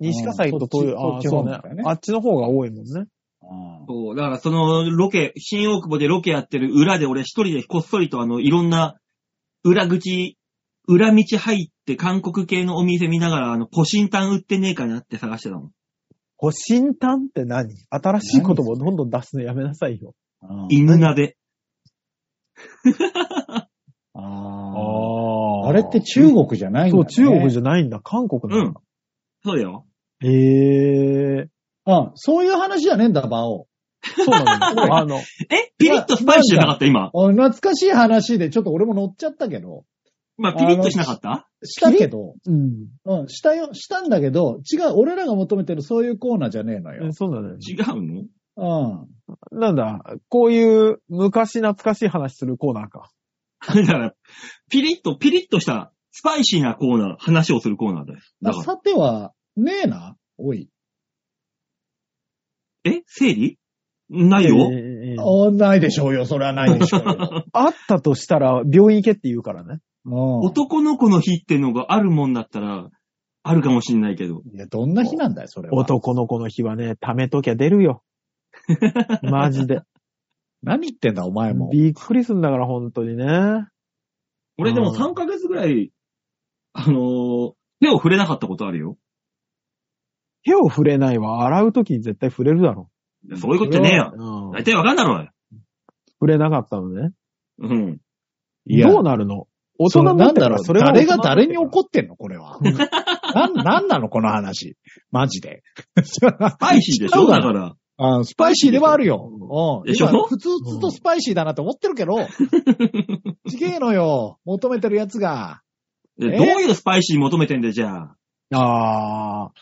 西葛西と東洋、
うん
ああ、
そっち
そう
そっち方面だよ
ね
ね。
あっちの方が多いもんね。
あー
そう、だからそのロケ、新大久保でロケやってる裏で俺一人でこっそりとあの、いろんな裏口、裏道入って韓国系のお店見ながら、あの、ポシンタン売ってねえかなって探してたもん。
保身炭って何新しい言葉をどんどん出すのやめなさいよ。
あー。
犬鍋。
あ
あ
ーあれって中国じゃないんだ、
そ
ね
う、中国じ
ゃ
ゃないんだ。韓国なんだ。
そうだよ。
へえ。
うん。そういう話じゃねえんだ、バオ。
そうなんだ。あの、
えピリッとスパイシーじゃなかった今。
お懐かしい話で、ちょっと俺も乗っちゃったけど。
まあ、ピリッとしなかった
したけど。
うん。
うん、したよ、したんだけど、違う、俺らが求めてるそういうコーナーじゃねえのよ
え。そうだね。
違うの
うん。
なんだ、こういう昔懐かしい話するコーナーか。
だから、ピリッと、ピリッとした、スパイシーなコーナー、話をするコーナーです。だから、
さては、ねえな。おい。
え整理ないよ。
ええええ
あないでしょうよ。それはないでしょう よ。
あったとしたら、病院行けって言うからね。
うん
男の子の日ってのがあるもんだったら、あるかもしんないけど。
いや、どんな日なんだよ、それは。
男の子の日はね、貯めときゃ出る よ。マジで。
何言ってんだ、お前も。
びっくりすんだから、本当にね。
俺でも
うん
3ヶ月ぐらい、あのー手を触れなかったことあるよ。
手を触れないは、洗うときに絶対触れるだろ
そういうことってねえよ。
う。
大体わかんだろうよ。
触れなかったのね。
うん。
いや
どうなるの大
そ
人
の
にな
な
っ
ん
て
だ
か
ろ
ら
う、
それ
誰が誰に
っ
怒ってんの、これは。なん、なんなの、この話。マジで。
スパイシーでし
違
ょ
う
だ
だろ
から。
あスパイシーではあるよ。うん。
でしょ
今普通ずっとスパイシーだなと思ってるけど、ちげえのよ。求めてるやつが。
で
え
どういうスパイシー求めてんだよ、じゃあ。
ああ。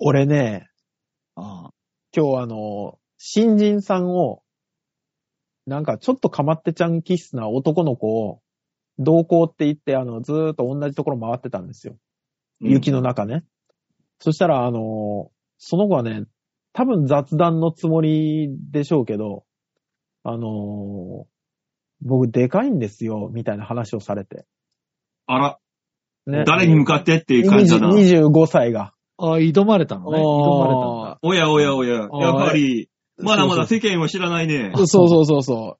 俺ね、
うん
今日あの、新人さんを、なんかちょっとかまってちゃん気質な男の子を、同行って言って、あの、ずーっと同じところ回ってたんですよ。雪の中ね。そしたら、あの、その子はね、多分雑談のつもりでしょうけど、あの、僕でかいんですよ、みたいな話をされて。
あら、
ね、
誰に向かってっていう感じだな。
20 25歳が。
あ、挑まれたのね。挑まれたんだ。
おやおやおや、やっぱり、まだまだ世間を知らないね。
そうそうそうそ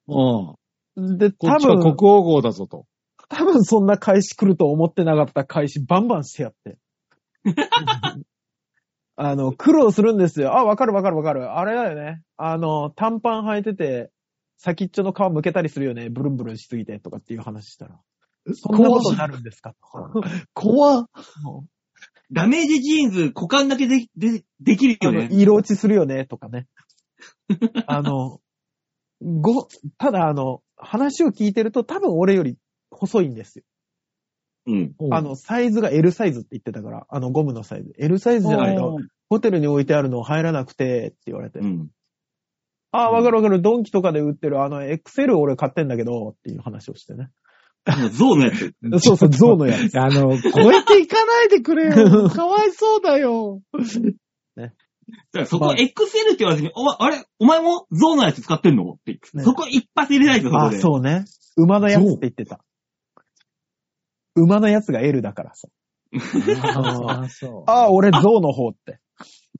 うん。
う。で、
こ
多
っちは
分
国、王号だぞと。
多分そんな返し来ると思ってなかった返しバンバンしてや って。あの、苦労するんですよ。あ、わかるわかるわかる。あれだよね。あの、短パン履いてて、先っちょの皮むけたりするよね。ブルンブルンしすぎてとかっていう話したら。そんなことになるんですか
怖っ
も
ダメージジーンズ、股間だけで、で、できる
う
よ
あの
ね。
色落ちするよね、と かね。あの、ご、ただあの、話を聞いてると多分俺より細いんですよ
うん。
あの、サイズが L サイズって言ってたから、あの、ゴムのサイズ。L サイズじゃないの。ホテルに置いてあるの入らなくて、って言われて。
うん。
ああ、わかるわかる。ドンキとかで売ってる、あの、XL 俺買ってんだけど、っていう話をしてね。
象のや つ。
うん
そう そう、ゾウのやつ。
あの、超えていかないでくれ よ。かわいそうだよ。
だからそこ XL って言われずに、お前、あれお前も象のやつ使ってんのって。
ね
そこ一発入れないと、そこ
あ
で。
そうね。馬のやつって言ってた。馬のやつが L だからさ。
あそう
ああ、俺ゾウの方って。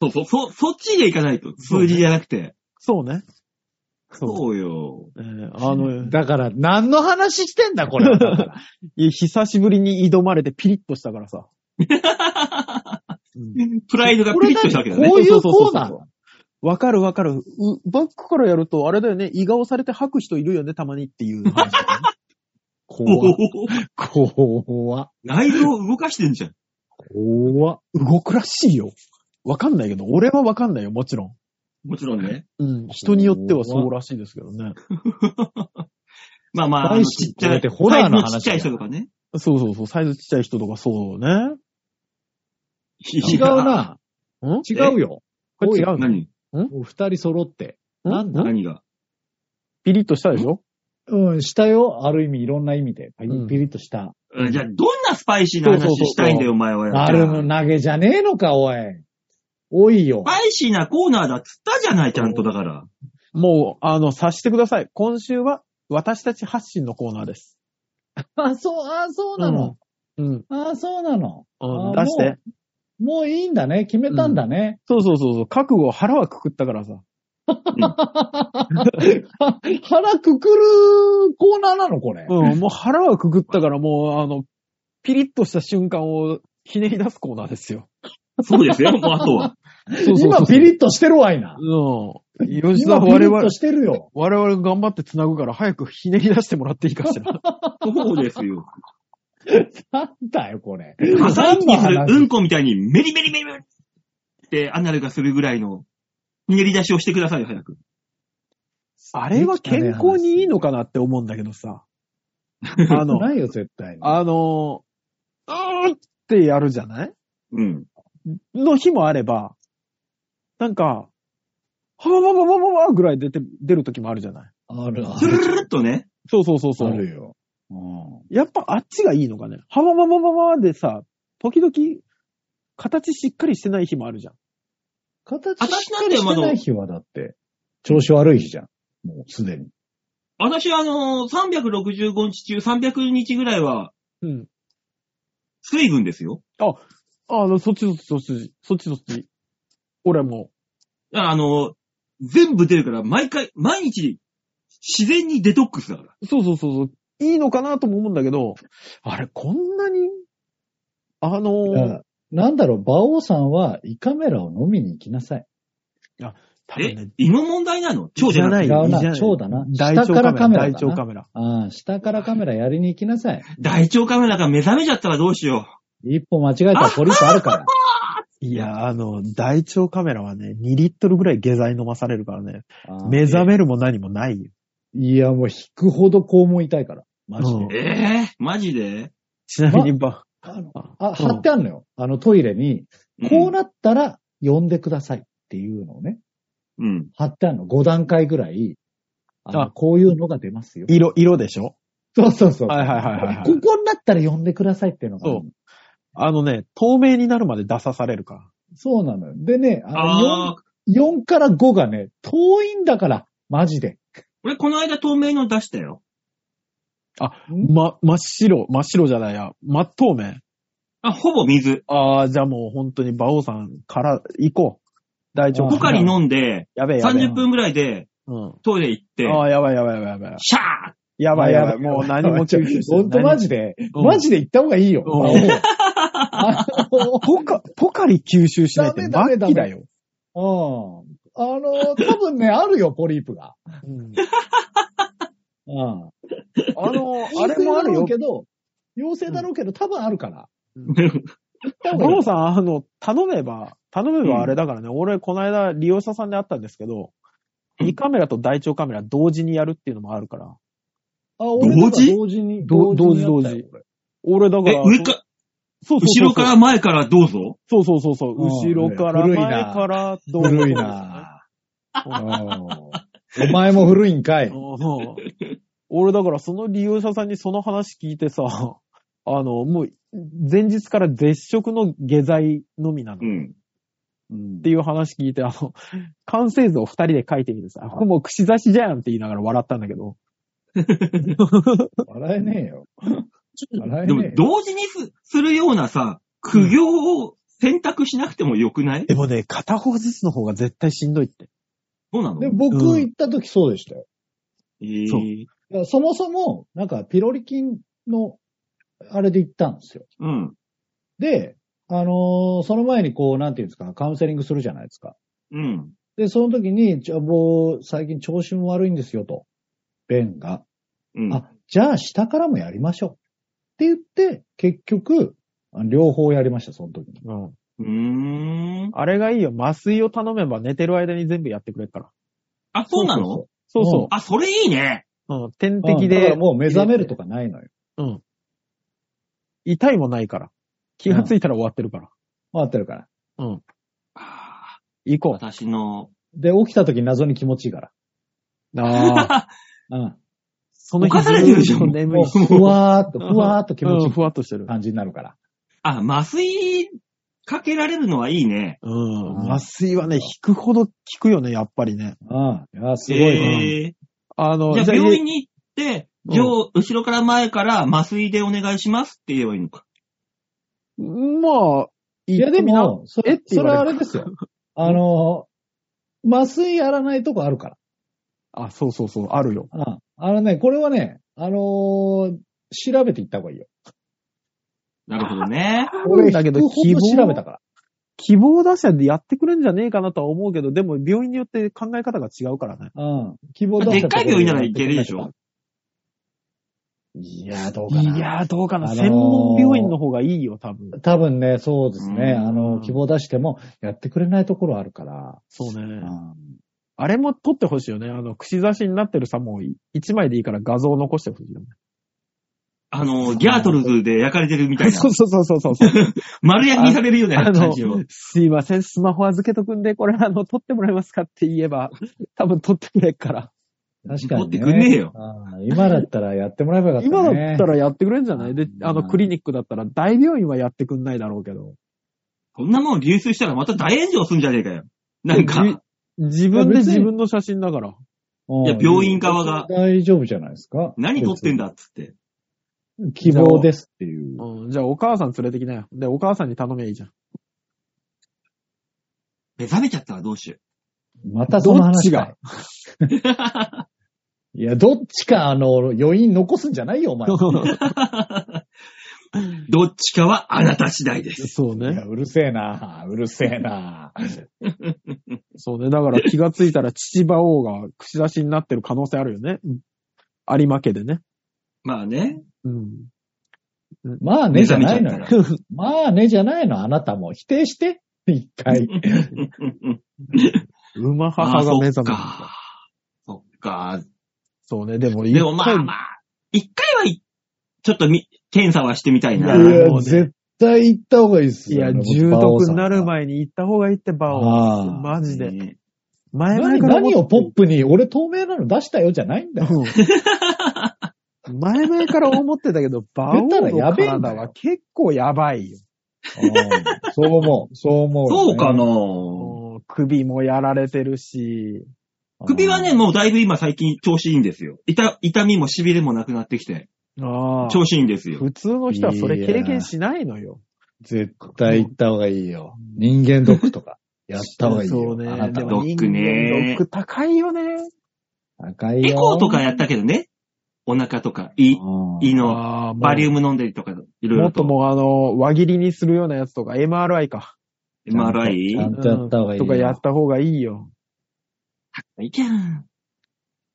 そうそう、そ、そっちでいかないと。数字じゃなくて。
そうね。そう。
そうよ。
えーあの、
だから、何の話してんだ、これは。だ から
いや久しぶりに挑まれてピリッとしたからさ。うん
プライドが
こ
ピ
れ
リッとしたわけだね
こ。うい
そう
うコーナー
そうそうそうわかるわかる。うバックからやると、あれだよね、胃が押されて吐く人いるよね、たまにっていう話、ね。
お
怖っ。
お
怖っ。
内臓を動かしてんじゃん。
怖っ。
動くらしいよ。わかんないけど、俺はわかんないよ、もちろ
もちろんね。
ん。うん、人によってはそうらしいですけどね。
まあまあ、あのちっちゃ
だ
い、
ってホラーの話だ
サイズちっ
よ
ちゃい人とかね。
そうそうそう、サイズちっちゃい人とかそうね。
違うな。
ん
違うよ。
これ違
いや。
うの
何
お二人揃って。
ん
なんだ
何が
ピリッとしたでしょ
うん、したよ。ある意味、いろんな意味で。パリ
うん
ピリッとした。
うんじゃあ、どんなスパイシーな
そうそうそ
話
う
したいんだよ、お前は。
あるの投げじゃねえのか、おい。おいよ
ス。パイシーなコーナーだっつったじゃない、ちゃんとだから。
もう、あの、察してください。今週は、私たち発信のコーナーです。
あ、そう、あ、そうなの。
うん。
あ、そうなの。
うん
あ
出し。
も
て。
うもういいんだね。決めたんだね。
そうそうそうそう。覚悟、腹はくくったからさ。
腹くくるコーナーなの、これ。
うん、もう腹はくぐったからもう、あの、ピリッとした瞬間をひねり出すコーナーですよ。
そうですよ、もうあとは。
そうそう
今、ピリッとしてるわいな。
うん。吉
今、
沢、
ピ
我
リッ
々
と、してるよ。
我々頑張って繋ぐから早くひねり出してもらっていいかしら。
そうです よ。
なんだよ、これ。
朝一にする
何の話
うんこみたいに、メリメリメリメリってアナルがするぐらいの、練り出しをしてくださいよ、早く。
あれは健康にいいのかなって思うんだけど さ。あの、
ないよ、絶対に。
あの、うーってやるじゃない
うん。
の日もあれば、なんか、はわわわわわわぐらい出て、出る時もあるじゃない。
あるあ
スルルルっとね。
そうそうそうそ
あ
う。
るよ。うん
やっぱあっちがいいのかね。はわわわわわでさ、時々、形しっかりしてない日もあるじゃん。
形
あたしなんて
してない日はだって、調子悪い日じゃん。もうすでに。
私、あのー、365日中300日ぐらいは、
うん。
水軍ですよ。
あの、そっちそっちそっち、そっちそっち。俺も
だからあのー、全部出るから、毎回、毎日、自然にデトックスだから。
う、そうそうそうそう、いいのかなとも思うんだけど、あれ、こんなに、あの
だ
ー
からなんだろう、馬王さんは胃カメラを飲みに行きなさい。
多分
え
ね、、
胃の問題なの腸じゃなく
は
て
い
違う
いいじゃ
な。
ない
そうだな。
大
下
腸
か
カ
ら
メ
カ
ラ、
メラ
大
だ
腸カ
な。
メラ。
ああ、下からカメラやりに行きなさい。
大腸カメラが目覚めちゃったらどうしよ
一歩間違え たらポリスあるから。
いや、あの、大腸カメラはね、2リットルぐらい下剤飲まされるからね、
ああ
目覚めるも何もないよ。
いや、もう引くほど肛門痛いから。マジ
うん
う。
で。
ええマジで
ちなみに、ば、
あの
うん
あ、貼ってあるのよ。あのトイレに、こうなったら呼んでくださいっていうのをね、
うん。うん。
貼ってあるの。5段階ぐらい、あの
あ
こういうのが出ますよ。
色、色でしょ
そうそうそう。
はいはいはいはいはい
ここになったら呼んでくださいっていうのがあるの。
あのね、透明になるまで出さされるから。
そうなのよ。でね、
あ
あ
あー。
の 4, 4から5がね、遠いんだから、マジで。
俺、この間透明の出したよ。
ま、真っ白、真っ白じゃないや、真っ透明。
あ、ほぼ水。
ああ、じゃあもう本当に馬王さんから行こう。大腸
あ
ポカリ飲んで、
やべえやべえ。
30分ぐらいで
うん。
トイレ行って、
ああ、やばいやばいやばいやばい。
シャー
やばいやばい。
あ
もう何も注意 して
ほんとマジ
で。
で、
うん
マジで行った方がいいよ。
うん
あのあの
ポカ、ポカリ吸収しないって
ダメ
末
ダメ
期だよ。
うん。あの、多分ね、あるよ、ポリープが。
うん
うん。
あの、あ
あ
れ
れも
もあ
あ
る
る
よ。
けど、妖精だろうけど、多分あるから。
馬王さん、あの、頼めば、頼めばあれだからね、俺、この間、利用者さんで会ったんですけど、
うん
胃カメラと大腸カメラ同時にやるっていうのもあるから。
あ俺なんか
同時
同時に。
ど
にやったよ。
俺、だか
え、
ら、
上か、
そうそうそう
後ろから前からどうぞ。
そうそうそうそう。
うん
後ろから、
古い
前
な
から、どう
古いなぁ。お前も古いんかい。
うん俺だからその利用者さんにその話聞いてさ、あの、もう前日から絶食の下剤のみなの。
う
っ
ん。
うん
ていう話聞いて、あの、完成図を二人で書いてみてさ、これもう串刺しじゃんって言いながら笑ったんだけど。
笑えねえよ。笑 え
でも
ねえ、よ。
同時にすするようなさ、苦行を選択しなくてもよくない、
でもね、片方ずつの方が絶対しんどいって。
そうなの
で、僕
うん
行った時そうでしたよ。
えー
そう
いやそもそも、なんか、ピロリ菌の、あれで行ったんですよ。
うん。
で、あのーその前にこう、なんていうんですか、カウンセリングするじゃないですか。
うん。
で、その時に、じゃあもう、最近調子も悪いんですよ、と。便が。
うん。
あ、じゃあ、下からもやりましょう。って言って、結局、あ両方やりました、その時に。
うん。
うーん。
あれがいいよ。麻酔を頼めば寝てる間に全部やってくれるから。
あ、そうなの
そう
そうそ
あ、それいいね。
う。うん。点
そう
滴
うんだか
で
らもう目覚めるとかないのよ。
痛いもないから。気がついたら終わってるから。
回ってるから。
あ
行
ー
こう。
私の、
で、起きた時謎に気持ちいいから。
ああ。
うん。
その日
犯されてるじゃん
ずーっと眠
も、
いうし。
ふわーっと、ふわーっと気持ち
う
い
ん、
い
ふわっとしてる。
感じになるから。
あ、麻酔かけられるのはいいね。
うん。
うん
麻酔はね、引くほど効くよね、やっぱりね。
うん。いや、すごいな。
え
あの、
ー、じゃあ
家
病院に行って、
うん
上、後ろから前から麻酔でお願いしますって言えばいいのか。
まあ、い
いや、でも、そ
え
れ
っ、て
そ
言
れ
われる
はあれですよ。あの、麻酔やらないとこあるから。
あ、そうそうそう、あるよ。
うん。あのね、これはね、あのー調べていった方がいいよ。
なるほどね。
俺、
だ
だ
け
け
ど
ど、希望調べたから。
希望出したでやってくれんじゃねえかなとは思うけど、でも病院によって考え方が違うからね。
うん。希望出
で
し
ったかい病院ならいけるでしょ。
いや、どうかな。
いやー、どうかな。
あのー
専門病院の方がいいよ、多分。
多分ね、そうですね。
うん
あの、希望出しても、やってくれないところあるから。
そう
う
ね。
ん。
あれも取ってほしいよね。あの、串刺しになってるさ、もう一枚でいいから画像を残してほしいよね。
あの、ギャートルズで焼かれてるみたいな
そ、うそうそうそうそう。
丸焼きにされるような
あ
感
の
じを。、
すいません、スマホ預けとくんで、これあの、取ってもらえますかって言えば、多分取ってくれっから。
確かに、ね。
持ってくんねえよ
ああ今だったらやってもらえばよかった、ね。
今だったらやってくれんじゃないで、あ
う
の、
ん
クリニックだったら大病院はやってくんないだろうけど。
こんなもん流出したらまた大炎上すんじゃねえかよ。なんか、
じ自分
い
で
や別に
自分の写真だから。
うん
いや病院側が
大丈夫じゃないですか。
何撮ってんだっつって。
別に希望ですっていう。
うん、じゃあお母さん連れてきなよ。で、お母さんに頼めばいいじゃん。
目覚めちゃったらどうしよ
またその話かい
どっ。
いや、どっちか、あの、余韻残すんじゃないよ、お前。
う。 どっちかはあなた次第です。
そう
いや、
ね。
うるせえな、うるせえな。
そうね。だから気がついたら父馬王が口出しになってる可能性あるよね。うん有馬家でね。
まあね。
うん。
まあ
目
ね、じ
覚
ゃ
め
な
ちゃ
い
っ
の
た
よ
ら。。
まあね、じゃないの、あなたも。否定して、一回。
馬
あ
母が目
そっ
覚めた。
か。そっか。
そうね。でも、
でもまあま
あ。
あ、一回は、ちょっとみ、検査はしてみたい
い
な。
や、
うわもね
絶対行った方がいいっす
い
よ。
や、
僕
重篤になる。
馬
前に行った方がいいって、馬
王
王。
さんああ
マジで。
ね
前々
何
から思って
何をポップに、俺透明なの出したよじゃないんだよ。
うん 前々から思ってたけど、バオ
出たらや
の
べえんだ
体
よ
は結構やばいよ。
うんそう思う、そう思う。
そうかな
もう首もやられてるし、
首はね、もうだいぶ今最近調子いいんですよ。痛、痛みも痺れもなくなってきて、
ああ
調子いいんですよ。
普通の人はそれ経験しないのよ。
絶対行った方がいいよ。人間ドックとか。やった方がいいよ。
そうね。
あなた
で
は
も人間
ね
ドック高いよね。
高いよ。
エコーとかやったけどね。お腹とか、胃、
うん
胃の、
ああ、もう
バリウム飲んでりとか、いろい
も
ろ
っと
と。
もうあの、輪切りにするようなやつとか、MRI か。
ちゃ
MRI?
んとやった方がいい
と
よ
かやった方がいいよ。
いけん。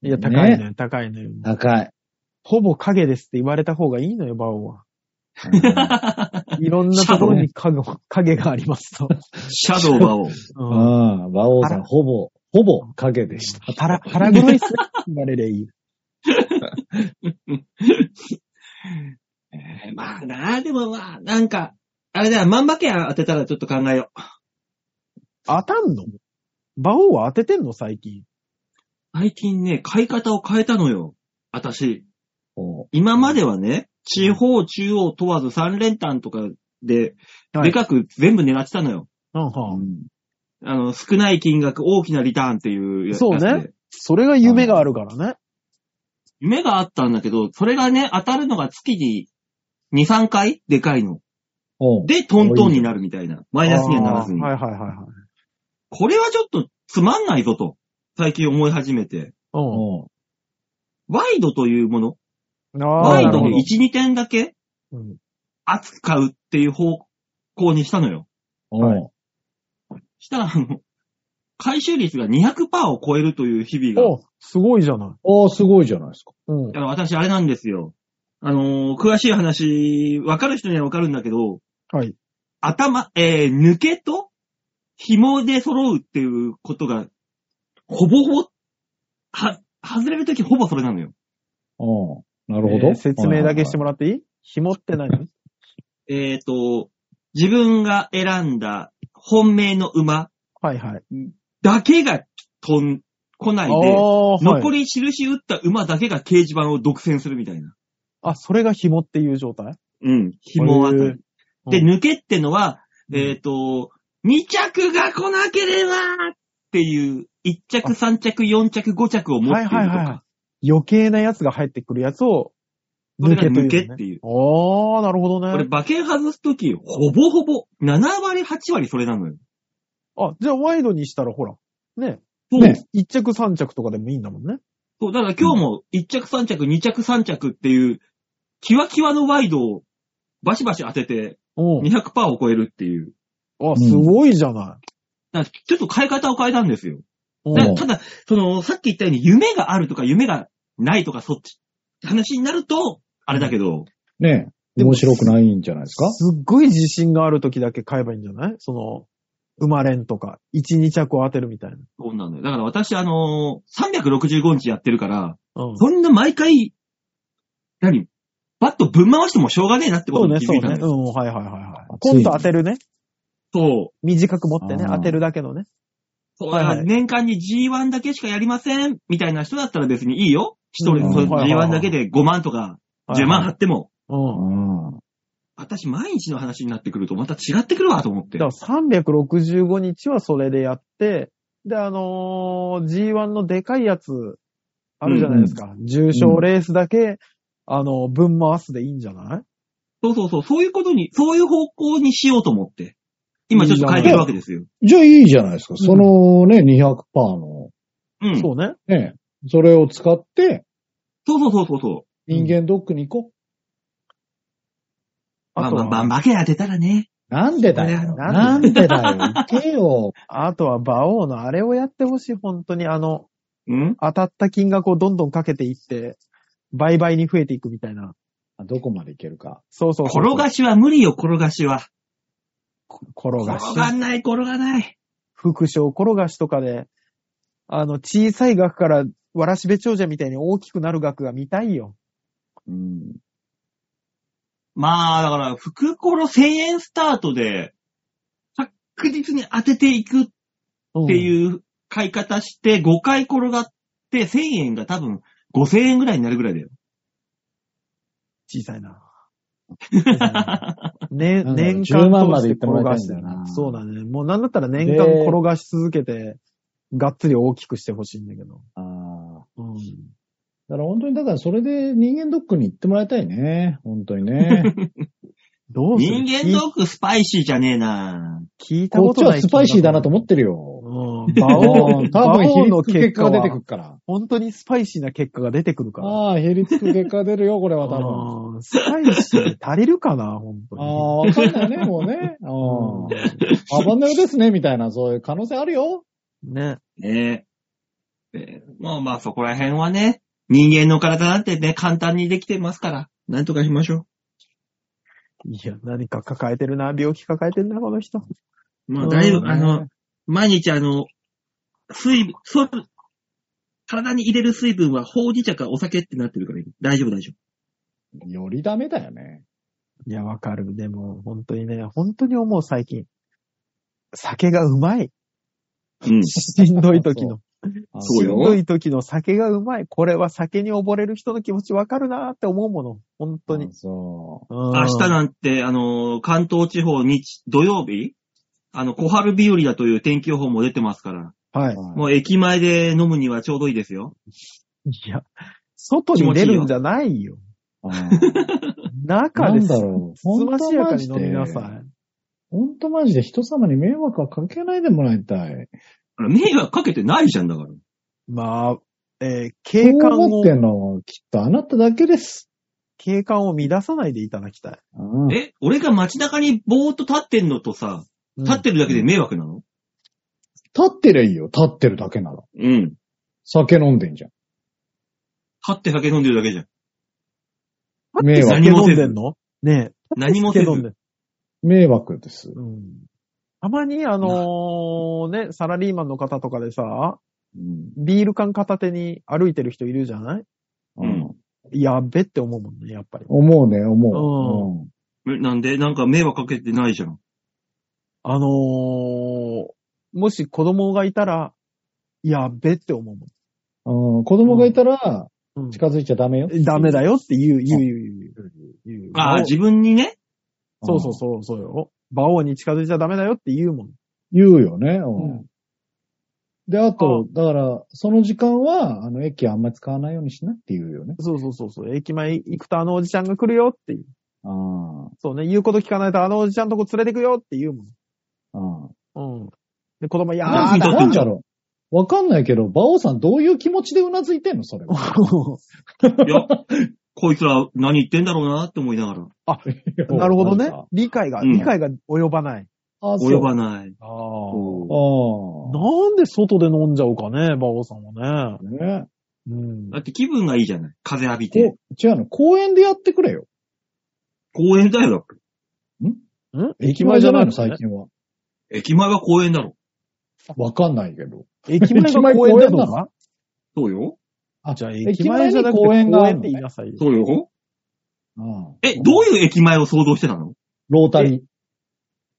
いや、高いのよ、
ね
高いのよ。
高い。
ほぼ影ですって言われた方がいいのよ、バオは。いろんなところに影を影がありますと。
シャドウバオ。
う
うん
ん。馬王さ
あ
ん、
ら
ほぼ、ほぼ影でした。
腹、腹黒いっすね。言われりゃいい。
えーまあな、でもまあ、なんか、あれだよ、万馬券当てたらちょっと考えよう。
当たんの馬王は当ててんの最近。
最近ね、買い方を変えたのよ。私。
お
今まではね、地方、中央問わず三連単とかで、でかく全部狙ってたのよ。
うん
う
はん。
ん
あの、少ない金額、大きなリターンっていうやつで。
そうねそれが夢があるからね。
夢があったんだけど、それがね、当たるのが月に2、3回でかいの。
お
で、トントンになるみたいな。マイナスにはならずに。
あーはいはいはいはい。
これはちょっとつまんないぞと、最近思い始めて。
う
お
ワイドというもの。
ん。あ
ワ
あ、
イ
なる
ド
ほ
で
ど。
1、2点だけ
うん
扱うっていう方向にしたのよ。
はい
お
したら、あの、回収率が200%を超えるという日々が。
お、すごいじゃない。
おーすごいじゃないですか。
う
だ。
ん
から私あれなんですよ。あのー詳しい話、わかる人にはわかるんだけど、
はい。
頭、えー、抜けと紐で揃うっていうことが、ほぼほぼ、は、外れるときほぼそれなのよ。
おなるほど。
えー説明だけして
も
もらっていい紐って何
えっ、と、自分が選んだ本命の馬
はいはい。
だけが飛ん、来ないで、
ああ、
残
はい。
り印打った馬だけが掲示板を独占するみたいな。
あ、それが紐っていう状態
うん、紐あたり。で、
うん
抜けってのは、
うん
えっ、と、2着が来なければっていう、1着、3着、4着、5着を持っているとか、
はいはいはい。余計なやつが入ってくるやつを、
それが抜け
と
って
ね。
いう。
ああ、なるほ
こ
ど
れ
ね。
馬券外すとき、ほぼほぼ、7割、8割それなのよ。
あ、じゃあワイドにしたらほら、ね、
そう。
ね
一着三着とかでもいいんだもんね。
そう、だから今日も1着、3着、2着、3着っていう、キワキワのワイドをバシバシ当てて、
うん。
200%を超えるっていう。
あ、すごいじゃない。
だからちょっと変え方を変えたんですよ。
う
だ
ん。
ただ、その、さっき言ったように、夢があるとか、夢がないとか、そっち、話になると、あれだけど、
ねえ面白くないんじゃないですか
すっごい自信がある時だけ買えばいいんじゃないその、生まれんとか、1、2着を当てるみたいな。
そうなのよ。だから私、あのー365日やってるから、
うん。
そんな毎回、何バットぶん回してもしょうがねえなってこ
そ
と
うね、
に気
そう
づいたん
ね。
です。
うん、はいはいはいはい。
つい
コ
に
ント当てるね。
そう。
短く持ってね、
あー
当てるだけのね。
そう
はいは
だ
い
から年間に G1 だけしかやりません、みたいな人だったら別にいいよ。一人、
うん
そ
は
の
いはいはい
G1 だけで5万とか
はい
10万張っても、
うん。
うん。
私毎日の話になってくるとまた違ってくるわと思って。
だから365日はそれでやって、で、あのー G1 のでかいやつ、あるじゃないですか。重賞レースだけ、あの、分回すでいいんじゃない
そうそうそう、そういうことに、そういう方向にしようと思って。今ちょっと変えてるわけですよ。
じゃあいいじゃないですか。そのね、200%の、
うん。そ
そううね。
ね、それを使って、
そうそうそうそう。
人間ドックに行こ
ま
あ
あ
とは、
まあまあ、負け当てたらね。
う。なんでだよ。
な
なんん
で
でだよ。行けよ。
あとは馬王のあれをやってほしい。本当にあの、
うん
当たった金額をどんどんかけていって、倍々に増えていくみたいな。
どこまで行けるか。
そうそうそう
転がしは無理よ、転がしは。
転がし。
転がんない、転がない。
副賞転がしとかで、あの、小さい額から、わらしべ長者みたいに大きくなる額が見たいよ。
うん。
まあ、だから、福コロ1000円スタートで、確実に当てていく
っ
っていう買い方して、5回転がって、1000円が多分5000円ぐらいになるぐらいだよ。
小さい な。小さいなね、
なんだろう
年間
10万
通
ま
して
で行って
転
もらいた
が
い
し
ん
て
だよな
そうだね。もうなんだったら年間
で
転がし続けて、がっつり大きくしてほしいんだけど。
ああ。
うん。
だから本当に、だからそれで人間ドックに行ってもらいたいね。本当にね。
どうする
人間ドックスパイシーじゃねえな
聞いた
こ
こ
っち
とな。
はいスパイシーだなと思
て。
ってるよ。
うん。馬王、
多
馬
分、ひ
王
り
の
つく結
結
果
果
が出
は
てくるから。
本当にスパイシーな結果が出てくるから。
ああ、へりつく結果出るよ、これは多分。
うんスパイシーに足りるかな、本当
あ
に。
あ、わかんないね、もうね。ああ。アバンダルですね、みたいな、そういう可能性あるよ。
ね。
ねえ。えーまあまあ、そこら辺はね、人間の体なんてね、簡単にできてますから、なんとかしましょ
いや、何か抱えてるな、病気抱えてるな、この人。
う。まあ、だいぶ
う、ん
あの、毎日あの、水分、そ体に入れる水分はほうじ茶かお酒ってなってるから、大丈夫大丈夫。
よりダメだよね。
いや、わかる。でも、本当にね、本当に思う、最近。酒がうま い。
うん。
しんどい時の。
あ
そうよ
しんどい時の酒がうまい。これは酒に溺れる人の気持ちわかるなーって思うもの。本当に
あ。そ
明
明日なんて、あの、関東地方日、土曜日あの、小春日和だという天気予報も出てますから、
は
う。
い。
もう駅前で飲むにはちょうどいいですよ。
いや、外に出るんじゃないよ。中
な
で
ん
す
だ
よ。
ろう。
すまし
本当
やか
マ
に
ジ
飲みなさい
で。。本当マジで人様に迷惑はかけないでもらいたい。
あの迷惑かけてないじゃんだから。
まあ、えー
そう
景観
思
を
って、んのはきっとあなただけです。
景観を乱さないでいただきたい。
うん
え、俺が街中にぼーっと立ってんのとさ、
うん
立ってるだけで迷惑なの
立ってりゃいいよ。立ってるだけなら。
うん。立
酒飲んでんじゃん。
って酒飲んでるだけじゃん。
迷惑。
酒飲んでんのねえ。
何もせず
酒飲んでん
迷惑です。
うん。たまに、あのーね、サラリーマンの方とかでさ、
うん。
ビール缶片手に歩いてる人いるじゃない
うん
やっべって思うもんね、やっぱり。
思うね、思う。
えなんでなんか迷惑かけてないじゃん。
あのーもし子供がいたら、やっべって思う
うんうん子供がいたら、
もん。うん
近づいちゃダメよ。
ダメだよって言う、言う、言う、言う。言う
ああ、
馬王
自分に ね。
そうそうそう、そうよ。馬王に近づいちゃダメだよって言うもん。
言うよね。うん
うん
で、あと、だから、その時間は、あの、駅あんまり使わないようにしなって言うよね。
そうそうそうそう。駅前行くとあのおじちゃんが来るよっていう。
ああ
そうね、言うこと聞かないとあのおじちゃんとこ連れてくよって言うもん。
あ
うん。で、子供、や
あ。
ー
だ
なんだろう。わかんないけど、馬王さんどういう気持ちでうなずいてんのそれは。
いや、こいつら何言ってんだろうなって思いながら。
なるほどね
なんか。
理解が、
うん
理解が及ばない。
あそ
及
う
ばない。
あ
そ
あ
なんで外で飲んじゃうかね、馬王さんはね。
あ。ね。
うん
うだ。って気分がいいじゃない。風浴びて
こ。違うの。公園でやってくれよ。
公園だよ、だって
ん
駅前じゃないの、最
ね。
近は。
駅前は公園だろ。
わかんないけど。
駅前が公園だとか
そうよ。
あ
じゃあ、
駅
駅
前
前じゃ
に
なくて
公園が
公
ある
園っ
の
て
ね
言いなさいよ。
そうよ。
ああ
え、どういう駅前を想像してたの
ロータリー。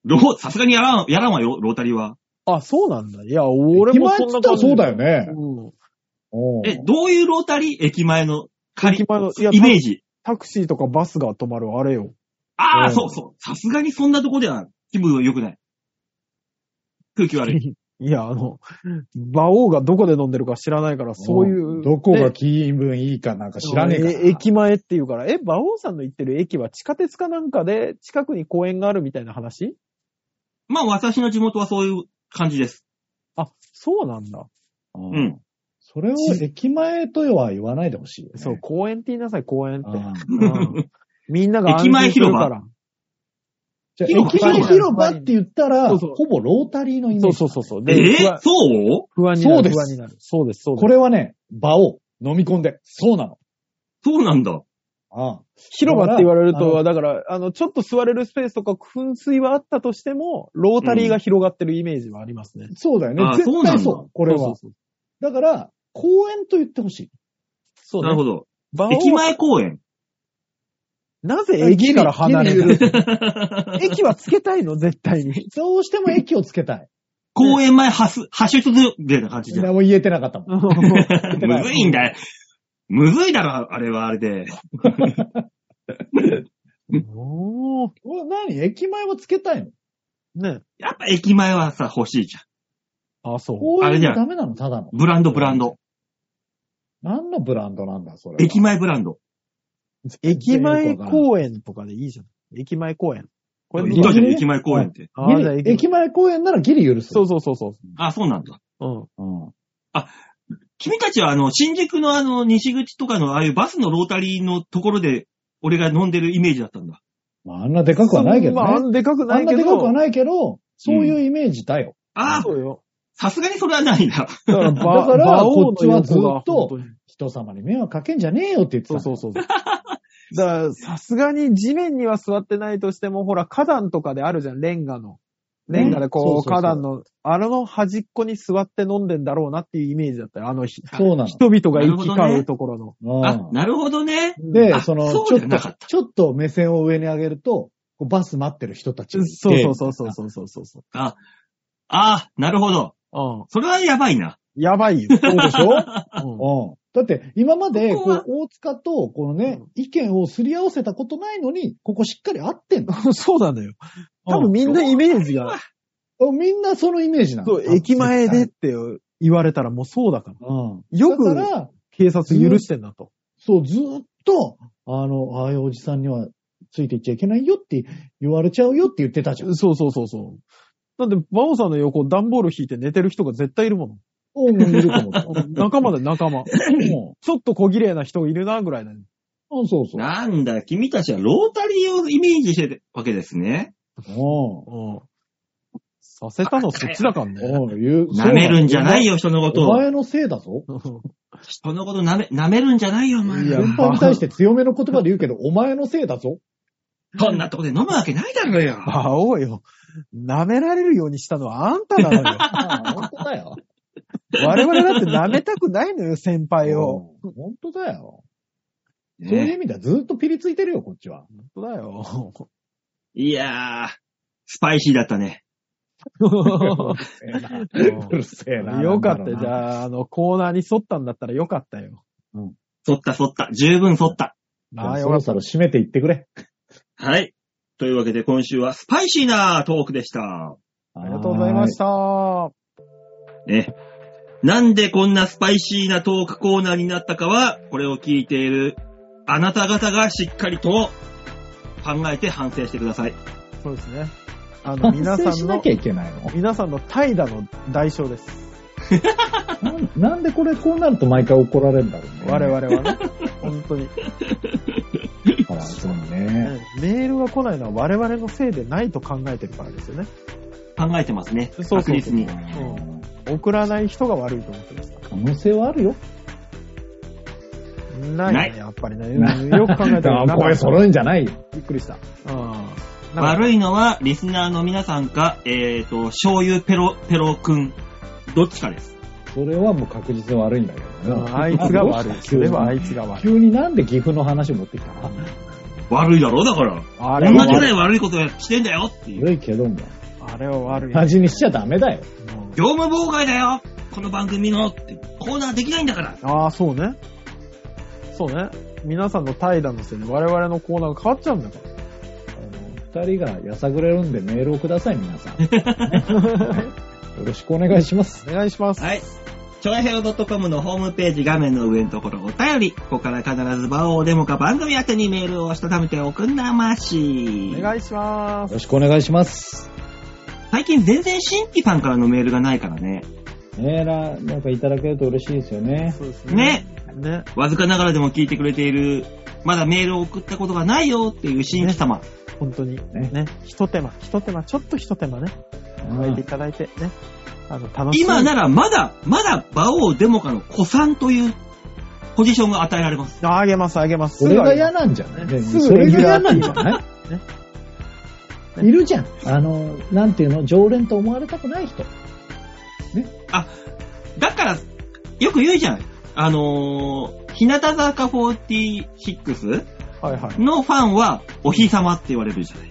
ロさすがにやらん、やらんわよ、ロータリーは。
あ、そうなんだ。いや、俺もそんな
今言った
感
ら
じ。
そうだよね。
うん。
おう
え、どういうロータリー駅前の仮、
駅前のいや
イメージ。
タクシーとかバスが止まる、あれよ。
あ
う
あ、
ん
そうそう。さすがにそんなとこでは気分は良くない。空気 悪い。
いや、あの、馬王がどこで飲んでるか知らないから、そういう。
どこが
ね
気分いいかなんか知らねえから。
え駅前っていうから、え、馬王さんの言ってる駅は地下鉄かなんかで、近くに公園があるみたいな話
まあ私の地元はそういう感じです。
あ、そうなんだ。
うん
うん。
それを駅前とは言わないでほしいよね、
そう、公園って言いなさい、公園って。
ああ
うんみんなが安
駅前
心す
広
る
場
から。
じゃあ
広
駅
場
前広場って言ったら、
そうそう
ほぼロータリーのイメ
そ
ー
う
ジ。
そうそうそう。
え
で、不
ー
安
そう
不安にな
そう
る、
です
不安になる。そうです、そうです。
これはね、場を飲み込んで。そうなの。
そうなんだ。
ああ
広場って言われる
だか
と、だから、あの、ちょっと座れるスペースとか噴水はあったとしても、ロータリーが広がってるイメージはありますね。
そうだよね
あ。あ
絶対
そ
そう
なん
う。これは。
そうそう
だから、公園と言ってほしい。
そう。そうね
なるほど。
場を
駅前公園。
なぜ駅から離れる駅はつけたいの絶対に。
どうしても駅をつけたい。
公園前発、発出みたいな感じじゃん。
何も言えてなかったもん。てない
むずいんだよ。むずいだろ、あれはあれで。
おー
うわ何駅前はつけたいの
ね。
やっぱ駅前はさ、欲しいじゃん。
あ、そう。
公
あれ
園
じゃ
は
ん
ダメなのただの。
ブランド、ブランド。
何のブランドなんだ、それは。
駅前ブランド。
駅前
園。
公園とかでいいじゃん。駅前公園。こ
言
れ
ったじゃん、
ね
駅前公園って。
あーじゃあ
ギリ駅前公園ならギリ許す。
そうそうそうそ
あ、そうなんだ。
う。うん。
う。うん。
君たちはあの、新宿のあの、西口とかのああいうバスのロータリーのところで、俺が飲んでるイメージだったんだ。
まあ、あんなでかくはないけどね。
まあ、あんでかく
あ
なんい
な
け
で
ど。
かくはないけど、そういうイメージだよ。
ああ、
そうよ。
さすがにそれはないな。
だから、
だから
馬王の
こっちはずっと
横が本当に
人様に迷惑かけんじゃねえよって言ってた
そ
の。
うそうそう。だから、さすがに地面には座ってないとしても、ほら、花壇とかであるじゃん、レンガの。レンガでこう、
うんそうそうそう
花壇の、あの端っこに座って飲んでんだろうなっていうイメージだったよ。あのひ、
そうな
人々
な
が
る
行
ほ
き
どね
交うところの。
の。
あ、なるほどね。
うんで
あ、
その、
そう
ちょ
じゃ
っ
な
と
かった、
ちょっと目線を上に上げると、こうバス待ってる人たちがいて。
そうそうそうそうそうそうそうそう。
あ、ああ、なるほど。
う
それはやばいな。
ん。やばいよ。
そうでし ょ
うん
うん。だって、今まで、
こ
こ
こは
う、大塚と、このね
うん、
意見をすり合わせたことないのに、ここしっかり合ってんの。
そうなのよ。多分みんなイメージが、
うんみんなそのイメージなの。
そう、駅前でっ
絶
て言われたらもうそうだから。
対。うん。
よく
だから、
警察許してんだと。
そう、ずーっと、あの、ああいうおじさんにはついていっちゃいけないよって言われちゃうよって言ってたじゃん。
そうそうそうそう。なんで、バオさんの横、段ボール引いて寝てる人が絶対いるも
おうん、いるかも。
の。仲間だ、仲 間。ち
うん
ょっと小綺麗な人いるな、ぐらいだね。
うん、そうそう。
なんだ、君たちはロータリーをイメージしてるわけですね。
うん。
うん。させたのそっちだからね。
おう言う
舐めるんじゃない
よ。
よ、人のこ
お
とを。
前のせいだぞ。
人のこと舐め、舐めるんじゃないよ、お前
いや
先輩に対して強めの言葉で言うけど、お前のせいだ ぞ。
そんなとこで飲むわけないだろうよ。
バオよ。舐められるようにしたのはあんたなの よ。
ああ、本当だよ。
我々だって舐めたくないのよ、先輩を。
うん本当だよ。そういう
ね
意味ではずっとピリついてるよ、こっ ちは。
本当だよ。
いやー、スパイシーだったね。
うるせえ な。うるせえな。
よかった。じ
あ。
ゃあ、あの、コーナーに沿ったんだったらよかったよ。
剃った剃った。十分剃った。
あ
ああ、
あ、
よ
そ
か
ろ
った
そろ締めていってくれ。
はい。というわけで今週はスパイシーなトークでした。
あ。
ありがとうございましたた。
ね。なんでこんなスパイシーなトークコーナーになったかは、これを聞いているあなた方がしっかりと考えて反省してください。
そうですね。あの、
反
皆
省
さ
し
ん
な
の
きゃ、いけないの
皆さんの怠惰の代償です。
なんなんでこれこうなると毎回怒られるんだろうね。
我々は ね。本当に、
かわいそうにね。
メールが来ないのは我々のせいでないと考えてるからですよね。
考えてますね。
うそうそう
確実に。
うん
送らない人が悪いと思ってますか
可能性はあるよ。
ら。ない
ない
ね、やっぱりね。うんよく考えたら
あ
なか
あ、声
った。
揃えんじゃないよ。
びっくりした。あい。
悪いのは、リスナーの皆さんか、えっ、と、醤油ペロ、ペロくん、どっちかです。
それはもう確実に悪いんだけ
う
どね
んあいつが悪い。それはあ
い
いつが悪い。
急になんで岐阜の話持ってきたの
悪いだろうだから。
あ
同
れ
じ
は
ぐら
悪
い
い
悪いことしてんだよっていう。
悪いけども、
あれは悪い。
同じにしちゃダメだよ。
うん
業務妨害だよこの番組のってコーナーできないんだから
ああ、そうね。そうね。皆さんの怠惰のせいで我々のコーナーが変わっちゃうんだから。
あの二人がやさぐれるんでメールをください、皆さ ん。よろしくお願いします。
お願いします。
はい。超平洋 .com のホームページ画面の上のところお便り、ここから必ず場をデモか番組宛てにメールをしたためておくんなまし。
お願いしま
よ
す。
ろしくお願いします。
最近全然新規さんからのメールがないからね。
メーラーなんかいただけると嬉しいですよね。
そうです
ね。
ね。
わずかながらでも聞いてくれている、まだメールを送ったことがないよっていう新規様。
本当に。
ね
ね。ひと手間、ひと手間、ちょっとひと手間ね。考えていただいてね。あの、楽しい。
今ならまだ、まだ馬王デモカの子さんというポジションが与えられます。
ああげます、あげます。
それが嫌
な。
なんじゃない
ねすぐ
それが嫌なんじゃない
ね
ねいるじゃん。あの、なんていうの、常連と思われたくない人。
だから、よく言うじゃん。あのー、日向坂46
はいはい。
のファンはお日様って言われるじゃない。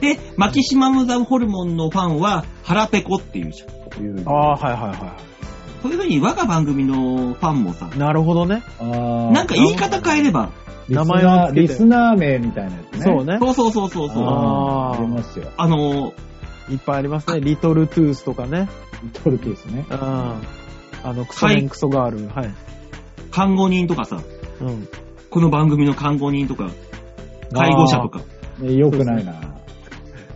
で、マキシマムザホルモンのファンは腹ペコって言うじゃん。
いう
ああ、はいはいは
そういう風に我が番組のファンもさ
い。、なるほどね。
あー
なんか言い方変えれば、
リ
名
スナー
前をつけて
リスナー名みたいなやつね。
そうね。
そうそうそうそうそう。あ
あ
あー
ーありますよ。
のー、
いっぱいありますね。リトルトゥースとかね。
トルケースね。
うん。あの、クソメンクソガール。はい。
看護人とかさ、
うん。
この番組の看護人とか、介護者とか、
ね良くないな。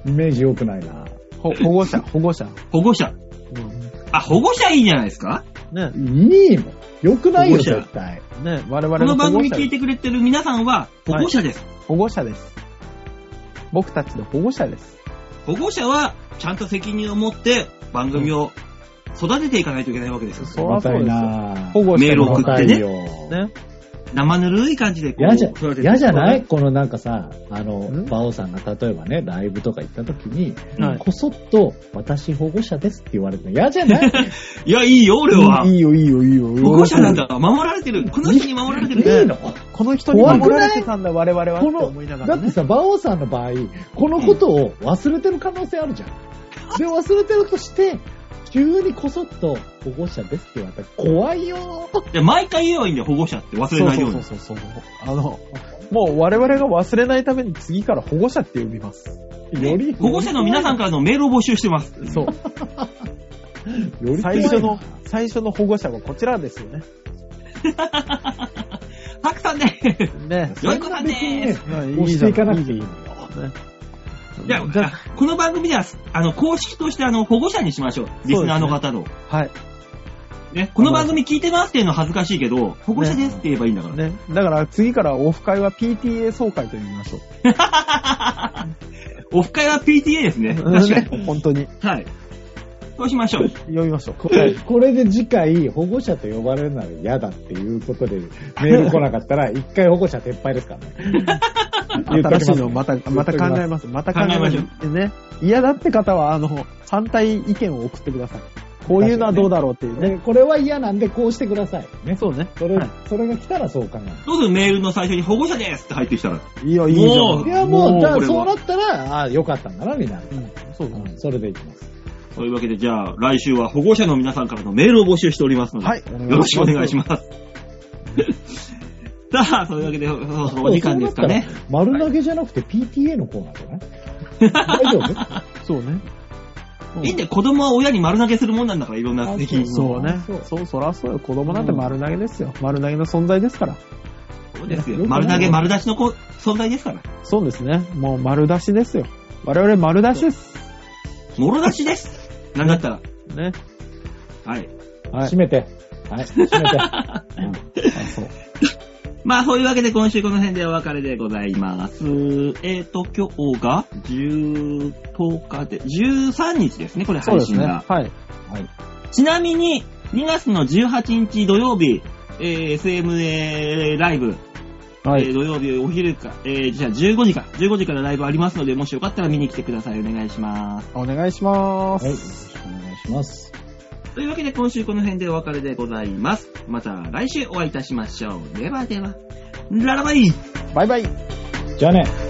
イメージ良くないな。
ほ保護者、保護者。
保護者。
うん。
あ、保護者いいじゃないですか
ね。
いいもん。良くない
保
よ、
護者
絶対。
ね。我々
この
の保
番
護
組
者
聞いてくれてる皆さんは保護者です。
保護者です。僕たちの保護者です。
保護者はちゃんと責任を持って番組を育てていかないといけないわけですよ。
そらそうで
重たい
すよ。
な。
保護者
メールを送ってね
重たいよ。
ね。
生ぬるい感じでこう
嫌じゃ
育て、て
嫌じゃないこのなんかさ、あの、
ん
馬王さんが例えばね、ライブとか行った時に、
はい
こそっと、私保護者ですって言われて、嫌じ ゃない
いや、いいよ、俺は。
いいよ、いいよ、いいよ。
保護者なんだ。守られてる。この人に守られてる。
いいの
この人に守られてたんだ、我々は。
こ
って
の
思いなが
だ
ら
って
ね。
さ、馬王さんの場合、このことを忘れてる可能性あるじゃん。で、忘れてるとして、急にこそっと保護者ですって言われたら怖いよー。
で毎回言えばいいんだよ、保護者って忘れ
そう
ない
そ
よ
う
う
そ
に
う。そうそう。あの、もう我々が忘れないために次から保護者って呼びます。
より、
保護者の皆さんからのメールを募集してます。
そう。
より怖
最
いな
初の、最初の保護者はこちらですよね。
たくさんね。
ね。
よい子さんでーす。
まあい
押していかなくていいのよ。
いや、
じゃ
あこの番組では、あの、公式としてあの、保護者にしましょう。リスナーの方の。ね
あはい。
この番組聞いてますっていうのは恥ずかしいけど、保護者ですって言えばいいんだから。
ね。だから次からオフ会は PTA 総会と呼びまし ょう。
オフ会は PTA ですね。確かに。
ね本当に。
はい。そうしましょう。
呼びましょう。
これこれで次回、保護者と呼ばれるなら嫌だっていうことで、メール来なかったら、一回保護者撤廃ですからね。
新しいのをまた、
言
ま
っと
た
きます
考えます。また考えま
考
し
え
ょ
ま
う。ね。嫌だって方は、あの、反対意見を送ってください。こういうのはどうだろうっていうね。
ねこれは嫌なんで、こうしてください。ね。
そうね。
それ、
は
それが来たらそう考える。
どうするメールの最初に保護者ですって入ってきたら。
いいよ、いいじゃ
も
ん。
いや、もう、だ
これは
そうなったら、ああ、よかったんだな、になる。
うんそうだね
それでいきます。
というわけで、じゃあ、来週は保護者の皆さんからのメールを募集しておりますので、
はい
よろしくお願いします。 さあ、そういうわけで、そろそろお時間ですかね
そう。なったら。丸投げじゃなくて PTA のコーナーじゃない大丈夫
そうね。うん
いいんだよ、子供は親に丸投げするもんなんだから、いろんな責任。
そうね
そう。
そう、そらそうよ。子供なんて丸投げですよ。丸投げの存在ですから。
そうです
よ
よ。
くない
丸投げ、丸出しの子存在ですから。
そうですね。もう丸出しですよ。我々丸出しです。
もろ出し です。なんだったら。
ね。
はい。
はい
閉。めて。はい、閉めて。うん
あそう
まあ、そういうわけで今週この辺でお別れでございます。えっ、ー、と、今日が10、10日で、13日ですね、これ
そう
配
です
信
ね。
が。
はい。
ちなみに、2月の18日土曜日、えー SMA ライブ、
は
えー
い。
土曜日お昼か、えーじゃあ15時か、15時からライブありますので、もしよかったら見に来てください。お願いします。
お願いしま
はい、よろ
す。
しくお願いします。
というわけで今週この辺でお別れでございます。また来週お会いいたしましょう。ではでは、ララバイ
バイバイ。
じゃあね。